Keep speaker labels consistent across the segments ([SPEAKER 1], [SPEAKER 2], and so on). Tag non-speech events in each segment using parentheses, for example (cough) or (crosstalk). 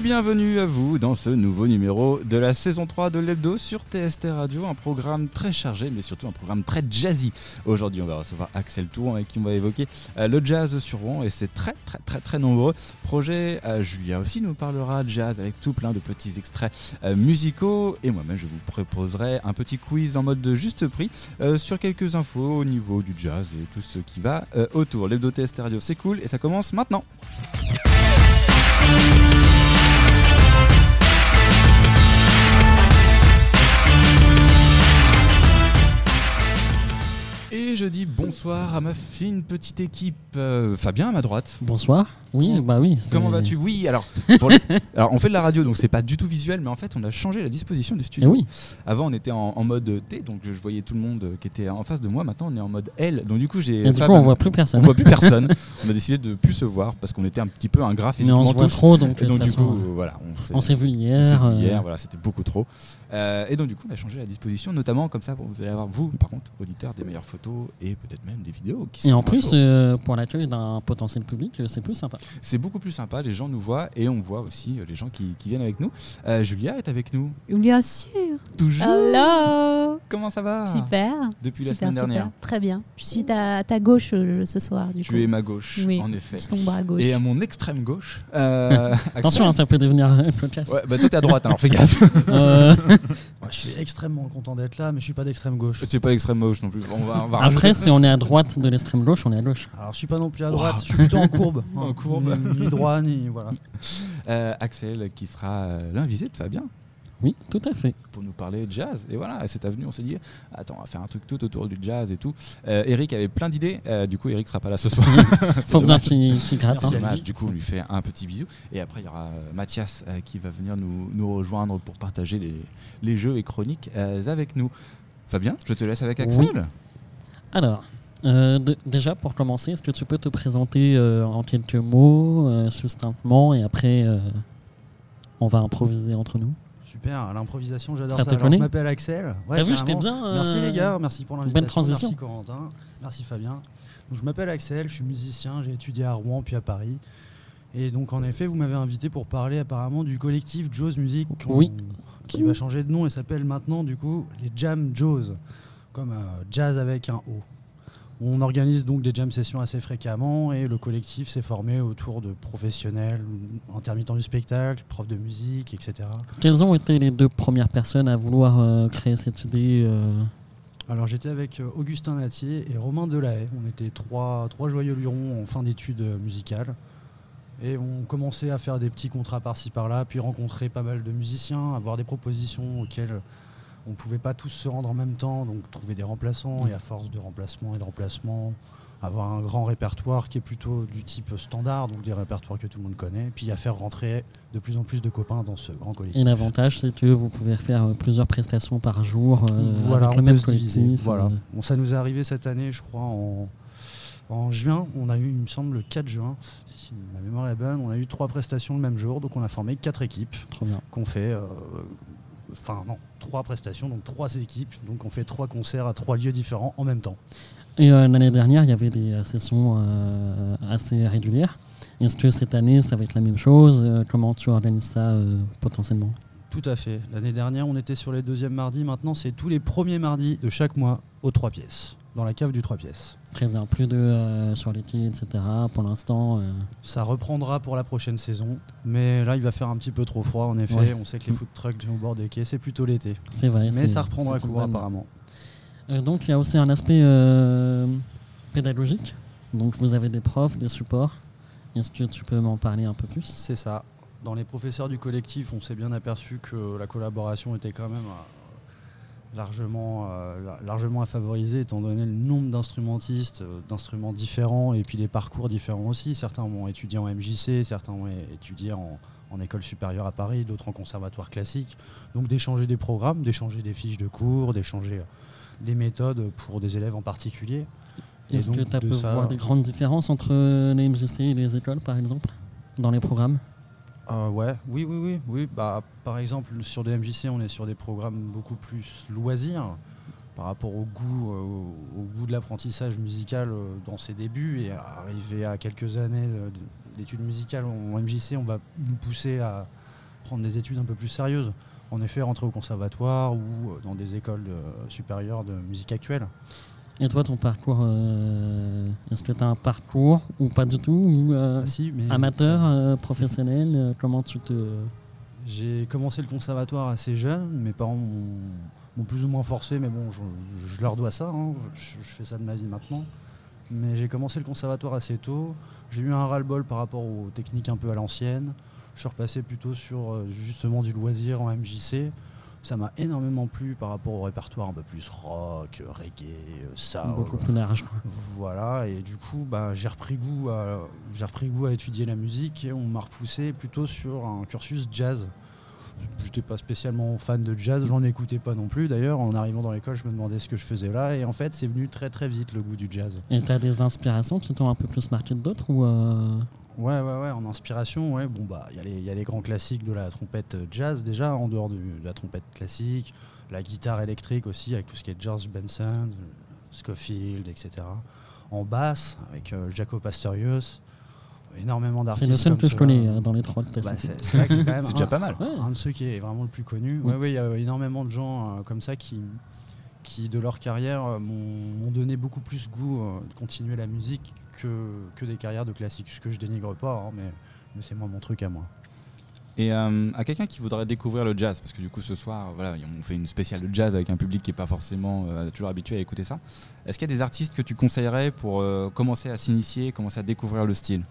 [SPEAKER 1] bienvenue à vous dans ce nouveau numéro de la saison 3 de l'Hebdo sur TST Radio, un programme très chargé mais surtout un programme très jazzy. Aujourd'hui on va recevoir Axel Tour avec qui on va évoquer euh, le jazz sur Rouen et c'est très très très très nombreux projets. Euh, Julia aussi nous parlera jazz avec tout plein de petits extraits euh, musicaux et moi-même je vous proposerai un petit quiz en mode de juste prix euh, sur quelques infos au niveau du jazz et tout ce qui va euh, autour. L'Hebdo TST Radio c'est cool et ça commence maintenant. Et je dis bonsoir à ma fine petite équipe. Euh, Fabien à ma droite.
[SPEAKER 2] Bonsoir. Oui, bah oui. c'est-
[SPEAKER 1] Comment vas-tu Oui, alors, pour les- (laughs) alors on fait de la radio, donc c'est pas du tout visuel, mais en fait on a changé la disposition du
[SPEAKER 2] Eh
[SPEAKER 1] studio.
[SPEAKER 2] oui.
[SPEAKER 1] Avant on était en, en mode T, donc je voyais tout le monde qui était en face de moi. Maintenant on est en mode L, donc du coup j'ai.
[SPEAKER 2] Et du
[SPEAKER 1] Fab-
[SPEAKER 2] coup, on voit plus
[SPEAKER 1] on
[SPEAKER 2] personne.
[SPEAKER 1] voit plus personne. on a décidé de plus se voir parce qu'on était un petit peu ingrats
[SPEAKER 2] Mais
[SPEAKER 1] physiquement
[SPEAKER 2] on se voit
[SPEAKER 1] tous.
[SPEAKER 2] trop, donc, de
[SPEAKER 1] Et donc
[SPEAKER 2] toute
[SPEAKER 1] du
[SPEAKER 2] façon,
[SPEAKER 1] coup, euh, voilà, on s'est
[SPEAKER 2] on s'est vu
[SPEAKER 1] on s'est
[SPEAKER 2] hier.
[SPEAKER 1] vu
[SPEAKER 2] euh,
[SPEAKER 1] hier, voilà, c'était beaucoup trop. Euh, et donc du coup, on a changé la disposition, notamment comme ça, bon, vous allez avoir vous, par contre, auditeurs, des meilleures photos et peut-être même des vidéos. Qui
[SPEAKER 2] Et
[SPEAKER 1] sont
[SPEAKER 2] en plus,
[SPEAKER 1] jour.
[SPEAKER 2] euh, pour l'accueil d'un potentiel public, euh, c'est plus sympa.
[SPEAKER 1] c'est beaucoup plus sympa. Les gens nous voient et on voit aussi euh, les gens qui, qui viennent avec nous. Euh, Julia est avec nous
[SPEAKER 3] Bien sûr.
[SPEAKER 1] toujours.
[SPEAKER 3] Hello.
[SPEAKER 1] Comment ça va
[SPEAKER 3] Ah, Super.
[SPEAKER 1] Depuis la
[SPEAKER 3] super,
[SPEAKER 1] semaine
[SPEAKER 3] super.
[SPEAKER 1] dernière.
[SPEAKER 3] Très bien. Je suis à ta gauche euh, ce soir, du coup.
[SPEAKER 1] Tu es ma gauche,
[SPEAKER 3] Oui.
[SPEAKER 1] en effet.
[SPEAKER 3] Je tombe à gauche.
[SPEAKER 1] Et à mon extrême gauche. euh,
[SPEAKER 2] (laughs) Attention, hein,
[SPEAKER 1] Axel.
[SPEAKER 2] ça peut devenir un podcast.
[SPEAKER 1] Ouais, bah toi t'es à droite, hein, alors fais gaffe.
[SPEAKER 2] (laughs) Euh,
[SPEAKER 4] Ouais, je suis extrêmement content d'être là, mais je suis pas d'extrême gauche.
[SPEAKER 1] Je suis pas extrême gauche non plus. On va, on va rajouter-
[SPEAKER 2] après, si on est à droite de l'extrême gauche, on est à gauche.
[SPEAKER 4] Alors je suis pas non plus à
[SPEAKER 1] Wow.
[SPEAKER 4] droite, je suis plutôt en courbe.
[SPEAKER 1] (laughs) En
[SPEAKER 4] hein.
[SPEAKER 1] courbe.
[SPEAKER 4] Ni, ni droit, ni
[SPEAKER 1] (laughs)
[SPEAKER 4] voilà.
[SPEAKER 1] Euh, Axel qui sera euh, l'invité de Fabien.
[SPEAKER 2] Oui, tout à fait.
[SPEAKER 1] pour nous parler de jazz. Et voilà, à cette avenue, on s'est dit, attends, on va faire un truc tout autour du jazz et tout. Euh, Eric avait plein d'idées, euh, du coup, Eric sera pas là ce soir. (laughs) C'est
[SPEAKER 2] Faut bien
[SPEAKER 1] dommage.
[SPEAKER 2] qu'il qu'il gratte.
[SPEAKER 1] C'est
[SPEAKER 2] hein.
[SPEAKER 4] Merci.
[SPEAKER 1] dommage. du coup, on lui fait un petit bisou. Et après, il y aura euh, Mathias euh, qui va venir nous, nous rejoindre pour partager les, les jeux et chroniques euh, avec nous. Fabien, je te laisse avec Axel.
[SPEAKER 2] Oui. Alors, euh, d- déjà pour commencer, est-ce que tu peux te présenter euh, en quelques mots, euh, succinctement, et après, euh, on va improviser entre nous
[SPEAKER 4] Super, l'improvisation, j'adore
[SPEAKER 2] Ça
[SPEAKER 4] ça.
[SPEAKER 2] te
[SPEAKER 4] Alors,
[SPEAKER 2] connaît
[SPEAKER 4] je m'appelle Axel. Ouais,
[SPEAKER 2] T'as vu, j'étais
[SPEAKER 4] carrément.
[SPEAKER 2] bien. euh,
[SPEAKER 4] Merci les gars, merci pour l'invitation.
[SPEAKER 2] bonne transition.
[SPEAKER 4] Merci Corentin, merci Fabien. Donc, je m'appelle Axel, je suis musicien, j'ai étudié à Rouen puis à Paris. Et donc en effet, vous m'avez invité pour parler apparemment du collectif Jaws Music qu'on-
[SPEAKER 2] Oui.
[SPEAKER 4] qui va changer de nom et s'appelle maintenant du coup les Jam Jaws, comme euh, jazz avec un O. On organise donc des jam sessions assez fréquemment et le collectif s'est formé autour de professionnels, intermittents du spectacle, profs de musique, etc.
[SPEAKER 2] Quelles ont été les deux premières personnes à vouloir euh, créer cette idée euh,
[SPEAKER 4] Alors j'étais avec euh, Augustin Natier et Romain Delahaye. On était trois, trois joyeux lurons en fin d'études euh, musicales. Et on commençait à faire des petits contrats par-ci par-là, puis rencontrer pas mal de musiciens, avoir des propositions auxquelles on ne pouvait pas tous se rendre en même temps, donc trouver des remplaçants,
[SPEAKER 2] Mhm.
[SPEAKER 4] et à force de remplacements et de remplacements, avoir un grand répertoire qui est plutôt du type standard, donc des répertoires que tout le monde connaît, puis à faire rentrer de plus en plus de copains dans ce grand collectif.
[SPEAKER 2] Et l'avantage, c'est que vous pouvez faire euh, plusieurs prestations par jour euh,
[SPEAKER 4] voilà,
[SPEAKER 2] avec le
[SPEAKER 4] on
[SPEAKER 2] même
[SPEAKER 4] peut se diviser.
[SPEAKER 2] collectif.
[SPEAKER 4] Voilà.
[SPEAKER 2] euh,
[SPEAKER 4] Bon, ça nous est arrivé cette année, je crois, en, en juin. On a eu, il me semble, le 4 juin, si ma mémoire est bonne. On a eu trois prestations le même jour, donc on a formé quatre équipes
[SPEAKER 2] trop bien.
[SPEAKER 4] qu'on fait. euh, Enfin, non, trois prestations, donc trois équipes. Donc on fait trois concerts à trois lieux différents en même temps.
[SPEAKER 2] Et euh, l'année dernière, il y avait des euh, sessions euh, assez régulières. Est-ce que cette année, ça va être la même chose Euh, Comment tu organises ça euh, potentiellement
[SPEAKER 4] Tout à fait. L'année dernière, on était sur les deuxièmes mardis. Maintenant, c'est tous les premiers mardis de chaque mois aux trois pièces, dans la cave du trois pièces.
[SPEAKER 2] Très bien, plus de euh, sur les pieds, etc. Pour l'instant, euh,
[SPEAKER 4] Ça reprendra pour la prochaine saison, mais là il va faire un petit peu trop froid en effet.
[SPEAKER 2] Ouais.
[SPEAKER 4] On sait que les food trucks au bord des quais, c'est plutôt l'été.
[SPEAKER 2] c'est vrai.
[SPEAKER 4] Mais
[SPEAKER 2] c'est-
[SPEAKER 4] ça reprendra
[SPEAKER 2] c'est une
[SPEAKER 4] court
[SPEAKER 2] bonne-
[SPEAKER 4] apparemment.
[SPEAKER 2] Euh, donc, il y a aussi un aspect euh, pédagogique. Donc, vous avez des profs, des supports. Est-ce que tu peux m'en parler un peu plus
[SPEAKER 4] C'est ça. Dans les professeurs du collectif, on s'est bien aperçu que la collaboration était quand même euh, largement, euh, la- largement à favoriser, étant donné le nombre d'instrumentistes, euh, d'instruments différents, et puis les parcours différents aussi. Certains ont étudié en MJC, certains ont é- étudié en, en école supérieure à Paris, d'autres en conservatoire classique. Donc d'échanger des programmes, d'échanger des fiches de cours, d'échanger euh, des méthodes pour des élèves en particulier. Et
[SPEAKER 2] Est-ce que
[SPEAKER 4] donc,
[SPEAKER 2] tu as
[SPEAKER 4] de
[SPEAKER 2] pu
[SPEAKER 4] ça-
[SPEAKER 2] voir des grandes différences entre les MJC et les écoles, par exemple, dans les programmes
[SPEAKER 4] Euh, ouais, oui, oui, oui, oui. Bah, par exemple, sur des MJC, on est sur des programmes beaucoup plus loisirs par rapport au goût, euh, au- au goût de l'apprentissage musical euh, dans ses débuts et arrivé à quelques années euh, d'études musicales en MJC, on va nous pousser à, prendre des études un peu plus sérieuses. En effet, rentrer au conservatoire ou euh, dans des écoles euh, supérieures de musique actuelle.
[SPEAKER 2] Et toi, ton parcours, euh, est-ce que tu as un parcours ou pas du tout ou, euh,
[SPEAKER 4] Ah, si, mais-
[SPEAKER 2] Amateur, euh, professionnel, euh, comment tu te.
[SPEAKER 4] J'ai commencé le conservatoire assez jeune. Mes parents m'ont m'ont plus ou moins forcé, mais bon, je, je leur dois ça. hein. Je, je fais ça de ma vie maintenant. Mais j'ai commencé le conservatoire assez tôt. J'ai eu un ras-le-bol par rapport aux techniques un peu à l'ancienne. Je suis repassé plutôt sur euh, justement du loisir en MJC. Ça m'a énormément plu par rapport au répertoire un peu plus rock, euh, reggae, ça.
[SPEAKER 2] beaucoup plus large. quoi.
[SPEAKER 4] Voilà, et du coup, bah, j'ai repris, goût à- j'ai repris goût à étudier la musique et on m'a repoussé plutôt sur un cursus jazz. J'étais pas spécialement fan de jazz, j'en écoutais pas non plus. D'ailleurs, en arrivant dans l'école, je me demandais ce que je faisais là et en fait, c'est venu très très vite le goût du jazz.
[SPEAKER 2] Et tu as des inspirations qui t'ont un peu plus marqué que d'autres ou. euh,
[SPEAKER 4] Ouais, ouais, ouais, en inspiration, ouais. Bon, bah, il y, a les- il y a les grands classiques de la trompette euh, jazz, déjà, en dehors de, de la trompette classique, la guitare électrique aussi, avec tout ce qui est George Benson, Scofield, etc. En basse, avec euh, Jaco Pastorius, énormément
[SPEAKER 2] C'est
[SPEAKER 4] d'artistes.
[SPEAKER 2] le seul
[SPEAKER 4] Bah, comme
[SPEAKER 2] que je
[SPEAKER 4] cela.
[SPEAKER 2] connais euh, dans les trois que t'as
[SPEAKER 4] Bah,
[SPEAKER 2] cités.
[SPEAKER 4] c'est c'est vrai que c'est quand
[SPEAKER 1] (laughs)
[SPEAKER 4] même
[SPEAKER 1] C'est
[SPEAKER 4] un-
[SPEAKER 1] déjà pas mal. Mm.
[SPEAKER 2] Ouais.
[SPEAKER 4] un de ceux qui est vraiment le plus connu.
[SPEAKER 2] Oui.
[SPEAKER 4] Oui, il y a énormément de gens euh, comme ça qui, qui de leur carrière, euh, m'ont m'ont donné beaucoup plus goût euh, de continuer la musique que, que des carrières de classique. Ce que je dénigre pas, hein, mais, mais c'est moi mon truc à moi.
[SPEAKER 1] Et euh, à quelqu'un qui voudrait découvrir le jazz, parce que du coup ce soir, voilà, on fait une spéciale de jazz avec un public qui n'est pas forcément euh, toujours habitué à écouter ça. Est-ce qu'il y a des artistes que tu conseillerais pour euh, commencer à s'initier, commencer à découvrir le style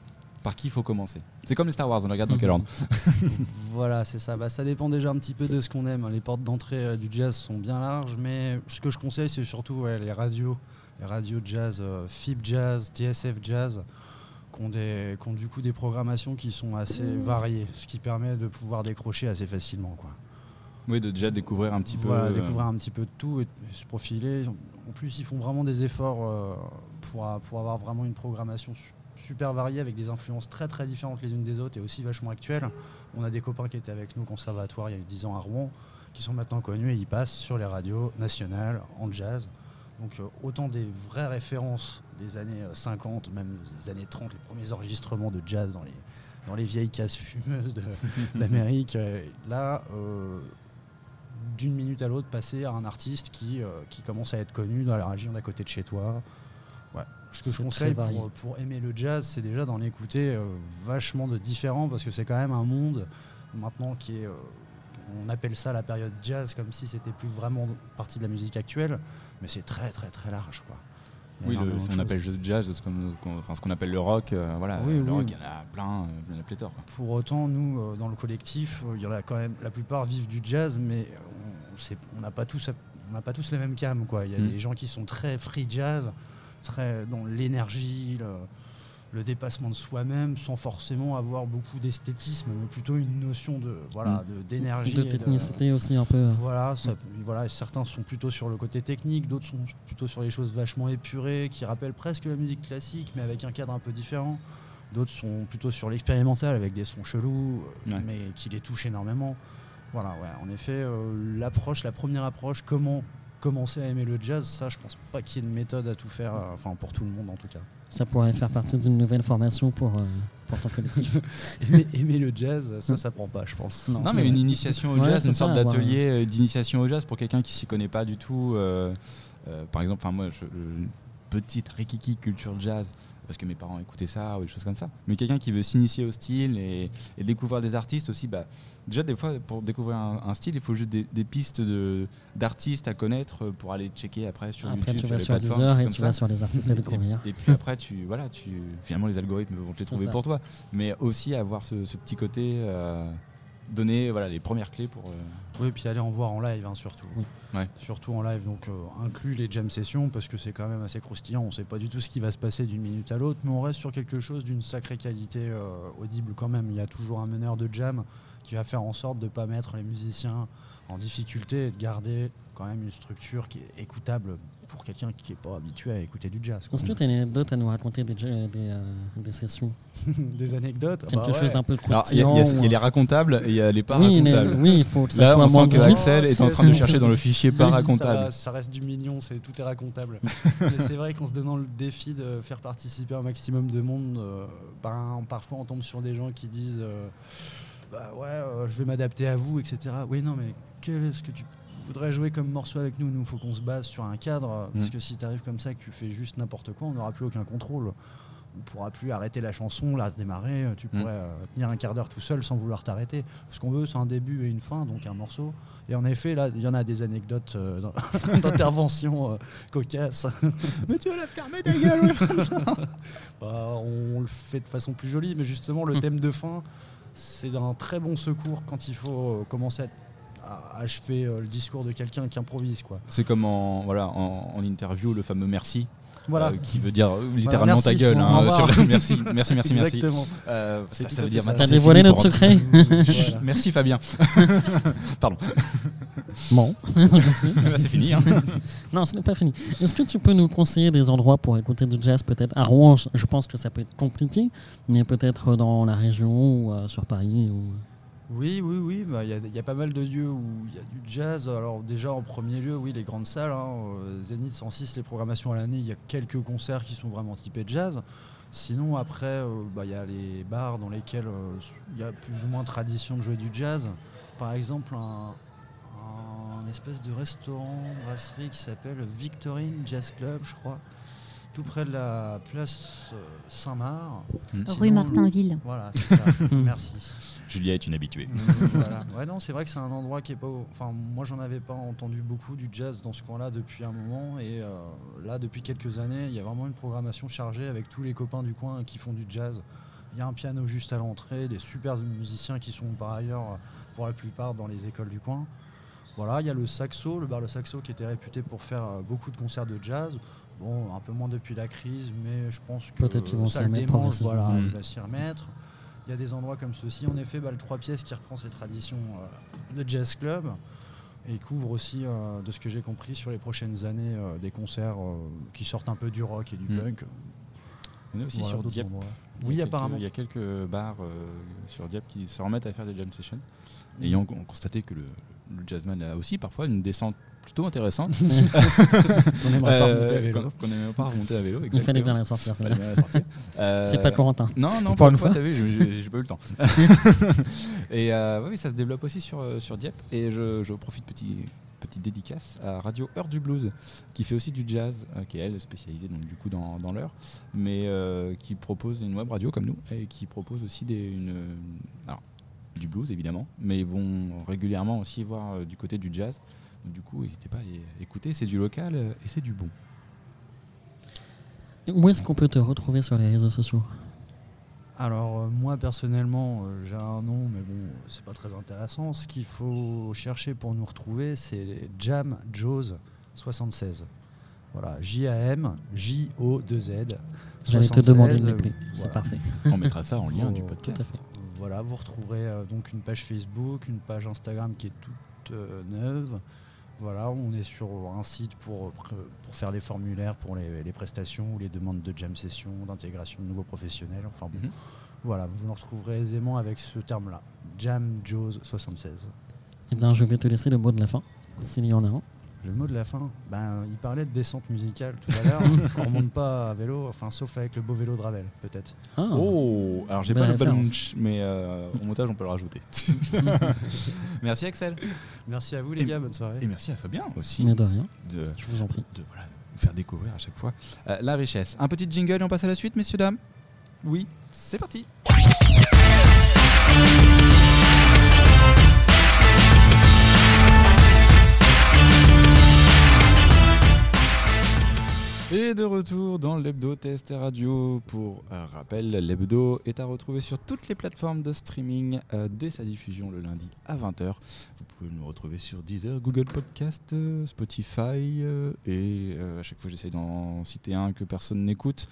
[SPEAKER 1] Par qui il faut commencer C'est comme les Star Wars, on les regarde dans quel
[SPEAKER 2] Mhm.
[SPEAKER 1] ordre
[SPEAKER 4] voilà, c'est ça. Bah, ça dépend déjà un petit peu de ce qu'on aime. Les portes d'entrée euh, du jazz sont bien larges, mais ce que je conseille, c'est surtout ouais, les radios, les radios jazz, euh, FIB jazz, TSF jazz, qui ont, des, qui ont du coup des programmations qui sont assez variées, ce qui permet de pouvoir décrocher assez facilement, quoi.
[SPEAKER 1] Oui, de déjà découvrir un petit peu.
[SPEAKER 4] Voilà,
[SPEAKER 1] euh,
[SPEAKER 4] découvrir un petit peu de tout et, et se profiler. En plus, ils font vraiment des efforts euh, pour, a- pour avoir vraiment une programmation su- super variée avec des influences très très différentes les unes des autres et aussi vachement actuelles. On a des copains qui étaient avec nous au conservatoire il y a 10 ans à Rouen qui sont maintenant connus et ils passent sur les radios nationales en jazz. Donc euh, autant des vraies références des années euh, 50, même des années 30, les premiers enregistrements de jazz dans les, dans les vieilles cases
[SPEAKER 2] (laughs)
[SPEAKER 4] fumeuses de- d'Amérique. euh, Là, euh, d'une minute à l'autre, passer à un artiste qui, euh, qui commence à être connu dans la région d'à côté de chez toi. Ouais. Ce que
[SPEAKER 2] C'est
[SPEAKER 4] je
[SPEAKER 2] très
[SPEAKER 4] conseille
[SPEAKER 2] varié.
[SPEAKER 4] pour, pour aimer le jazz, c'est déjà d'en écouter euh, vachement de différents parce que c'est quand même un monde maintenant qui est... euh, on appelle ça la période jazz comme si c'était plus vraiment partie de la musique actuelle, mais c'est très très très large quoi. Il y a
[SPEAKER 1] Oui, le,
[SPEAKER 4] énormément de
[SPEAKER 1] ce qu'on
[SPEAKER 4] choses.
[SPEAKER 1] appelle juste jazz, ce qu'on qu'on- enfin, ce qu'on appelle le rock, euh, voilà,
[SPEAKER 4] Oui,
[SPEAKER 1] le
[SPEAKER 4] oui.
[SPEAKER 1] rock, il y en a plein, euh, il y en a pléthore. quoi.
[SPEAKER 4] Pour autant, nous, euh, dans le collectif, euh, il y en a quand même, la plupart vivent du jazz, mais on- c'est- on n'a pas tous, on n'a pas tous les mêmes cams, quoi. Il y a
[SPEAKER 1] Mm.
[SPEAKER 4] des gens qui sont très free jazz, très dans l'énergie, le, le dépassement de soi-même, sans forcément avoir beaucoup d'esthétisme, mais plutôt une notion de,
[SPEAKER 1] Mm.
[SPEAKER 4] voilà, de- d'énergie,
[SPEAKER 2] De
[SPEAKER 4] et de- euh,
[SPEAKER 2] technicité aussi un peu. euh,
[SPEAKER 4] Voilà, ça- voilà, certains sont plutôt sur le côté technique, d'autres sont plutôt sur les choses vachement épurées, qui rappellent presque la musique classique, mais avec un cadre un peu différent. D'autres sont plutôt sur l'expérimental, avec des sons chelous, euh,
[SPEAKER 1] Ouais.
[SPEAKER 4] mais qui les touchent énormément. Voilà, ouais, en effet, euh, l'approche, la première approche, comment commencer à aimer le jazz, ça, je pense pas qu'il y ait une méthode à tout faire, euh, enfin pour tout le monde en tout cas.
[SPEAKER 2] Ça pourrait faire partie d'une nouvelle formation pour, euh, pour ton collectif.
[SPEAKER 4] aimer, aimer le jazz, ça, ça prend pas, je pense.
[SPEAKER 2] Non,
[SPEAKER 1] Non,
[SPEAKER 2] c'est
[SPEAKER 1] mais une
[SPEAKER 2] vrai.
[SPEAKER 1] initiation au
[SPEAKER 2] Ouais,
[SPEAKER 1] jazz,
[SPEAKER 2] c'est
[SPEAKER 1] une
[SPEAKER 2] ça,
[SPEAKER 1] sorte
[SPEAKER 2] avoir
[SPEAKER 1] d'atelier euh, d'initiation au jazz pour quelqu'un qui s'y connaît pas du tout. euh, euh, par exemple, enfin, moi, je, euh, petite Rikiki culture jazz, parce que mes parents écoutaient ça ou des choses comme ça. Mais quelqu'un qui veut s'initier au style et, et découvrir des artistes aussi, bah, déjà, des fois, pour découvrir un, un style, il faut juste des, des pistes de- d'artistes à connaître euh, pour aller checker après (laughs) sur
[SPEAKER 2] Après,
[SPEAKER 1] YouTube.
[SPEAKER 2] tu
[SPEAKER 1] sur
[SPEAKER 2] vas
[SPEAKER 1] les
[SPEAKER 2] sur
[SPEAKER 1] plateformes,
[SPEAKER 2] Deezer et
[SPEAKER 1] comme
[SPEAKER 2] tu
[SPEAKER 1] ça.
[SPEAKER 2] vas sur les
[SPEAKER 1] (laughs)
[SPEAKER 2] artistes à découvrir.
[SPEAKER 1] Et puis après, tu, voilà, tu, finalement, les algorithmes vont te les trouver
[SPEAKER 2] ça.
[SPEAKER 1] pour toi. Mais aussi avoir ce, ce petit côté, euh, donner voilà, les premières clés pour. euh,
[SPEAKER 4] Oui, puis aller en voir en live hein, surtout.
[SPEAKER 2] Oui.
[SPEAKER 1] Ouais.
[SPEAKER 4] Surtout en live, donc euh, inclus les jam sessions parce que c'est quand même assez croustillant. On sait pas du tout ce qui va se passer d'une minute à l'autre, mais on reste sur quelque chose d'une sacrée qualité euh, audible quand même. Il y a toujours un meneur de jam qui va faire en sorte de pas mettre les musiciens en difficulté et de garder quand même une structure qui est écoutable pour quelqu'un qui n'est pas habitué à écouter du jazz. quoi.
[SPEAKER 2] Est-ce que tu as une anecdote à nous raconter des, des, euh, des sessions
[SPEAKER 4] Des anecdotes Ah
[SPEAKER 2] Quelque
[SPEAKER 4] bah ouais.
[SPEAKER 2] chose d'un peu
[SPEAKER 1] Alors, il y, a- il
[SPEAKER 2] croustillant
[SPEAKER 1] y a- il y a
[SPEAKER 2] ou-
[SPEAKER 4] euh,
[SPEAKER 1] les racontables et il y a les pas
[SPEAKER 2] oui, les-
[SPEAKER 1] racontables.
[SPEAKER 2] oui, il faut que ça
[SPEAKER 1] Là,
[SPEAKER 2] soit
[SPEAKER 1] on
[SPEAKER 2] moins
[SPEAKER 1] sent que
[SPEAKER 2] 18.
[SPEAKER 1] Axel est en train de chercher dans le fichier pas
[SPEAKER 4] Ça, va,
[SPEAKER 1] racontable.
[SPEAKER 4] ça reste du mignon, c'est tout
[SPEAKER 1] (laughs)
[SPEAKER 4] est racontable. Mais c'est vrai qu'en se donnant le défi de faire participer un maximum de monde, euh, ben, parfois on tombe sur des gens qui disent euh, bah ouais, euh, je vais m'adapter à vous, etc. Oui, non, mais quel est ce que tu voudrais jouer comme morceau avec nous Nous, faut qu'on se base sur un cadre, euh,
[SPEAKER 1] Mm.
[SPEAKER 4] parce que si t'arrives comme ça, que tu fais juste n'importe quoi, on n'aura plus aucun contrôle. On pourra plus arrêter la chanson, la démarrer.
[SPEAKER 1] Mm.
[SPEAKER 4] Tu pourrais euh, tenir un quart d'heure tout seul sans vouloir t'arrêter. Ce qu'on veut, c'est un début et une fin, donc un morceau. Et en effet, là, il y en a des anecdotes euh, dans- (laughs) d'interventions euh, cocasses.
[SPEAKER 1] (laughs) Mais tu vas la fermer ta gueule
[SPEAKER 4] (laughs) Bah, on le fait de façon plus jolie, mais justement, le
[SPEAKER 2] Hmm.
[SPEAKER 4] thème de fin, c'est d'un très bon secours quand il faut euh, commencer à, à achever euh, le discours de quelqu'un qui improvise. Quoi.
[SPEAKER 1] C'est comme en, voilà, en, en interview, le fameux merci,
[SPEAKER 4] Voilà.
[SPEAKER 1] euh, qui veut dire euh, littéralement
[SPEAKER 4] merci,
[SPEAKER 1] ta gueule.
[SPEAKER 4] au
[SPEAKER 1] hein,
[SPEAKER 4] revoir.
[SPEAKER 1] sur la- merci, merci, merci, merci.
[SPEAKER 4] Exactement.
[SPEAKER 1] Euh,
[SPEAKER 4] C'est
[SPEAKER 1] ça,
[SPEAKER 4] tout
[SPEAKER 1] ça
[SPEAKER 4] à
[SPEAKER 1] veut
[SPEAKER 4] fait
[SPEAKER 1] dire
[SPEAKER 4] ça.
[SPEAKER 1] maintenant,
[SPEAKER 2] T'as
[SPEAKER 1] c'est
[SPEAKER 2] dévoilé
[SPEAKER 1] fini
[SPEAKER 2] notre
[SPEAKER 1] pour entrer.
[SPEAKER 2] secret
[SPEAKER 4] (laughs)
[SPEAKER 1] (laughs)
[SPEAKER 4] Voilà.
[SPEAKER 1] Merci Fabien.
[SPEAKER 2] Bon. (laughs)
[SPEAKER 1] c'est
[SPEAKER 4] (laughs)
[SPEAKER 1] fini. hein.
[SPEAKER 2] Non, ce n'est pas fini. Est-ce que tu peux nous conseiller des endroits pour écouter du jazz peut-être à Rouen je- Je pense que ça peut être compliqué, mais peut-être dans la région ou euh, sur Paris ou
[SPEAKER 4] Oui, oui, oui. bah, Il y, a- il y a pas mal de lieux où il y a du jazz. Alors, déjà, en premier lieu, oui, les grandes salles. hein, euh, Zénith 106, les programmations à l'année, il y a quelques concerts qui sont vraiment typés jazz. Sinon, après, euh, bah, il y a les bars dans lesquels euh, il y a plus ou moins tradition de jouer du jazz. Par exemple, un, un espèce de restaurant, brasserie qui s'appelle Victorine Jazz Club, je crois, tout près de la place euh, Saint-Marc.
[SPEAKER 1] Mm.
[SPEAKER 3] Rue
[SPEAKER 4] Sinon,
[SPEAKER 3] Martinville.
[SPEAKER 4] Voilà, c'est ça. Merci.
[SPEAKER 1] Julia est une habituée.
[SPEAKER 4] Voilà. Ouais, non, c'est vrai que c'est un endroit qui est pas. Enfin, moi, j'en avais pas entendu beaucoup du jazz dans ce coin-là depuis un moment. Et euh, là, depuis quelques années, il y a vraiment une programmation chargée avec tous les copains du coin qui font du jazz. Il y a un piano juste à l'entrée, des super musiciens qui sont par ailleurs, pour la plupart, dans les écoles du coin. Voilà, il y a le saxo, le bar Le Saxo qui était réputé pour faire euh, beaucoup de concerts de jazz. Bon, un peu moins depuis la crise, mais je pense que
[SPEAKER 2] Peut-être qu'ils vont s'y
[SPEAKER 4] ça le
[SPEAKER 2] remettre
[SPEAKER 4] démange, voilà,
[SPEAKER 1] progressivement.
[SPEAKER 4] il va s'y remettre. Il y a des endroits comme ceci, en effet, bah, le 3 pièces qui reprend ses traditions euh, de jazz club et couvre aussi, euh, de ce que j'ai compris, sur les prochaines années, euh, des concerts euh, qui sortent un peu du rock et du
[SPEAKER 1] Mm.
[SPEAKER 4] punk.
[SPEAKER 1] On est aussi
[SPEAKER 4] Voilà,
[SPEAKER 1] sur
[SPEAKER 4] d'autres
[SPEAKER 1] Dieppe.
[SPEAKER 4] endroits.
[SPEAKER 1] Il y a
[SPEAKER 4] Oui,
[SPEAKER 1] quelques-
[SPEAKER 4] apparemment.
[SPEAKER 1] Il y a quelques bars euh, sur Dieppe qui se remettent à faire des jam sessions, ayant con- constaté que le, le jazzman a aussi parfois une descente plutôt intéressante.
[SPEAKER 4] (laughs) On aimerait pas remonter à
[SPEAKER 1] Euh,
[SPEAKER 4] vélo.
[SPEAKER 1] qu'on- Qu'on n'aimait pas remonter à vélo.
[SPEAKER 2] Il fallait
[SPEAKER 1] exactement.
[SPEAKER 2] bien la sortir,
[SPEAKER 1] Il
[SPEAKER 2] celle-là.
[SPEAKER 1] fallait bien la sortir. Euh,
[SPEAKER 2] (laughs) C'est pas Corentin.
[SPEAKER 1] Non, non,
[SPEAKER 2] Pour
[SPEAKER 1] pour
[SPEAKER 2] une
[SPEAKER 1] une fois,
[SPEAKER 2] fois.
[SPEAKER 1] t'as vu, j'ai- j'ai j'ai pas eu le temps. et euh, oui, ça se développe aussi sur, euh, sur Dieppe. Et je, je profite, petit, petite dédicace à Radio Heure du Blues, qui fait aussi du jazz, euh, qui est elle spécialisée donc, du coup dans, dans l'heure, mais euh, qui propose une web radio comme nous, et qui propose aussi des, une, alors, du blues évidemment, mais ils vont régulièrement aussi voir euh, du côté du jazz. Donc, du coup, n'hésitez pas à les écouter, c'est du local euh, et c'est du bon.
[SPEAKER 2] Où est-ce qu'on peut te retrouver sur les réseaux sociaux
[SPEAKER 4] Alors euh, moi personnellement euh, j'ai un nom mais bon c'est pas très intéressant. Ce qu'il faut chercher pour nous retrouver c'est Jam Jaws 76. Voilà J A M J O 2 Z.
[SPEAKER 2] J'allais te
[SPEAKER 4] 76,
[SPEAKER 2] demander de
[SPEAKER 4] euh,
[SPEAKER 2] m'appeler. C'est
[SPEAKER 4] voilà.
[SPEAKER 2] parfait.
[SPEAKER 1] On mettra ça en lien
[SPEAKER 4] Faut-
[SPEAKER 1] du
[SPEAKER 2] Tout à
[SPEAKER 1] podcast.
[SPEAKER 2] fait.
[SPEAKER 4] Voilà vous retrouverez euh, donc une page Facebook, une page Instagram qui est toute euh, neuve. Voilà on est sur un site pour, euh, pré- pour faire des formulaires pour les, les prestations ou les demandes de jam session, d'intégration de nouveaux professionnels. Enfin bon.
[SPEAKER 1] Mhm.
[SPEAKER 4] Voilà, vous le retrouverez aisément avec ce terme-là. Jam Jaws 76.
[SPEAKER 2] Eh bien, je vais te laisser le mot de la fin, s'il y en a un.
[SPEAKER 4] Le mot de la fin, ben, il parlait de descente musicale tout à l'heure.
[SPEAKER 5] (laughs)
[SPEAKER 4] on remonte pas à vélo, enfin sauf avec le beau vélo de Ravel, peut-être.
[SPEAKER 2] Ah.
[SPEAKER 1] Oh, alors j'ai
[SPEAKER 2] Bonne
[SPEAKER 1] pas le
[SPEAKER 2] référence.
[SPEAKER 1] punch, mais euh, au montage on peut le rajouter.
[SPEAKER 2] (laughs)
[SPEAKER 1] merci Axel.
[SPEAKER 4] Merci à vous les
[SPEAKER 1] Et-
[SPEAKER 4] gars, bonne soirée.
[SPEAKER 1] Et merci à Fabien aussi
[SPEAKER 2] Mais de rien,
[SPEAKER 1] de,
[SPEAKER 2] je vous en prie.
[SPEAKER 1] de, voilà, nous faire découvrir à chaque fois euh, la richesse. Un petit jingle et on passe à la suite, messieurs, dames. Oui, c'est parti. Et de retour dans l'hebdo TST Radio. Pour euh, rappel, l'hebdo est à retrouver sur toutes les plateformes de streaming euh, dès sa diffusion le lundi à 20h. Vous pouvez nous retrouver sur Deezer, Google Podcast, euh, Spotify euh, et euh, à chaque fois j'essaie d'en citer un que personne n'écoute.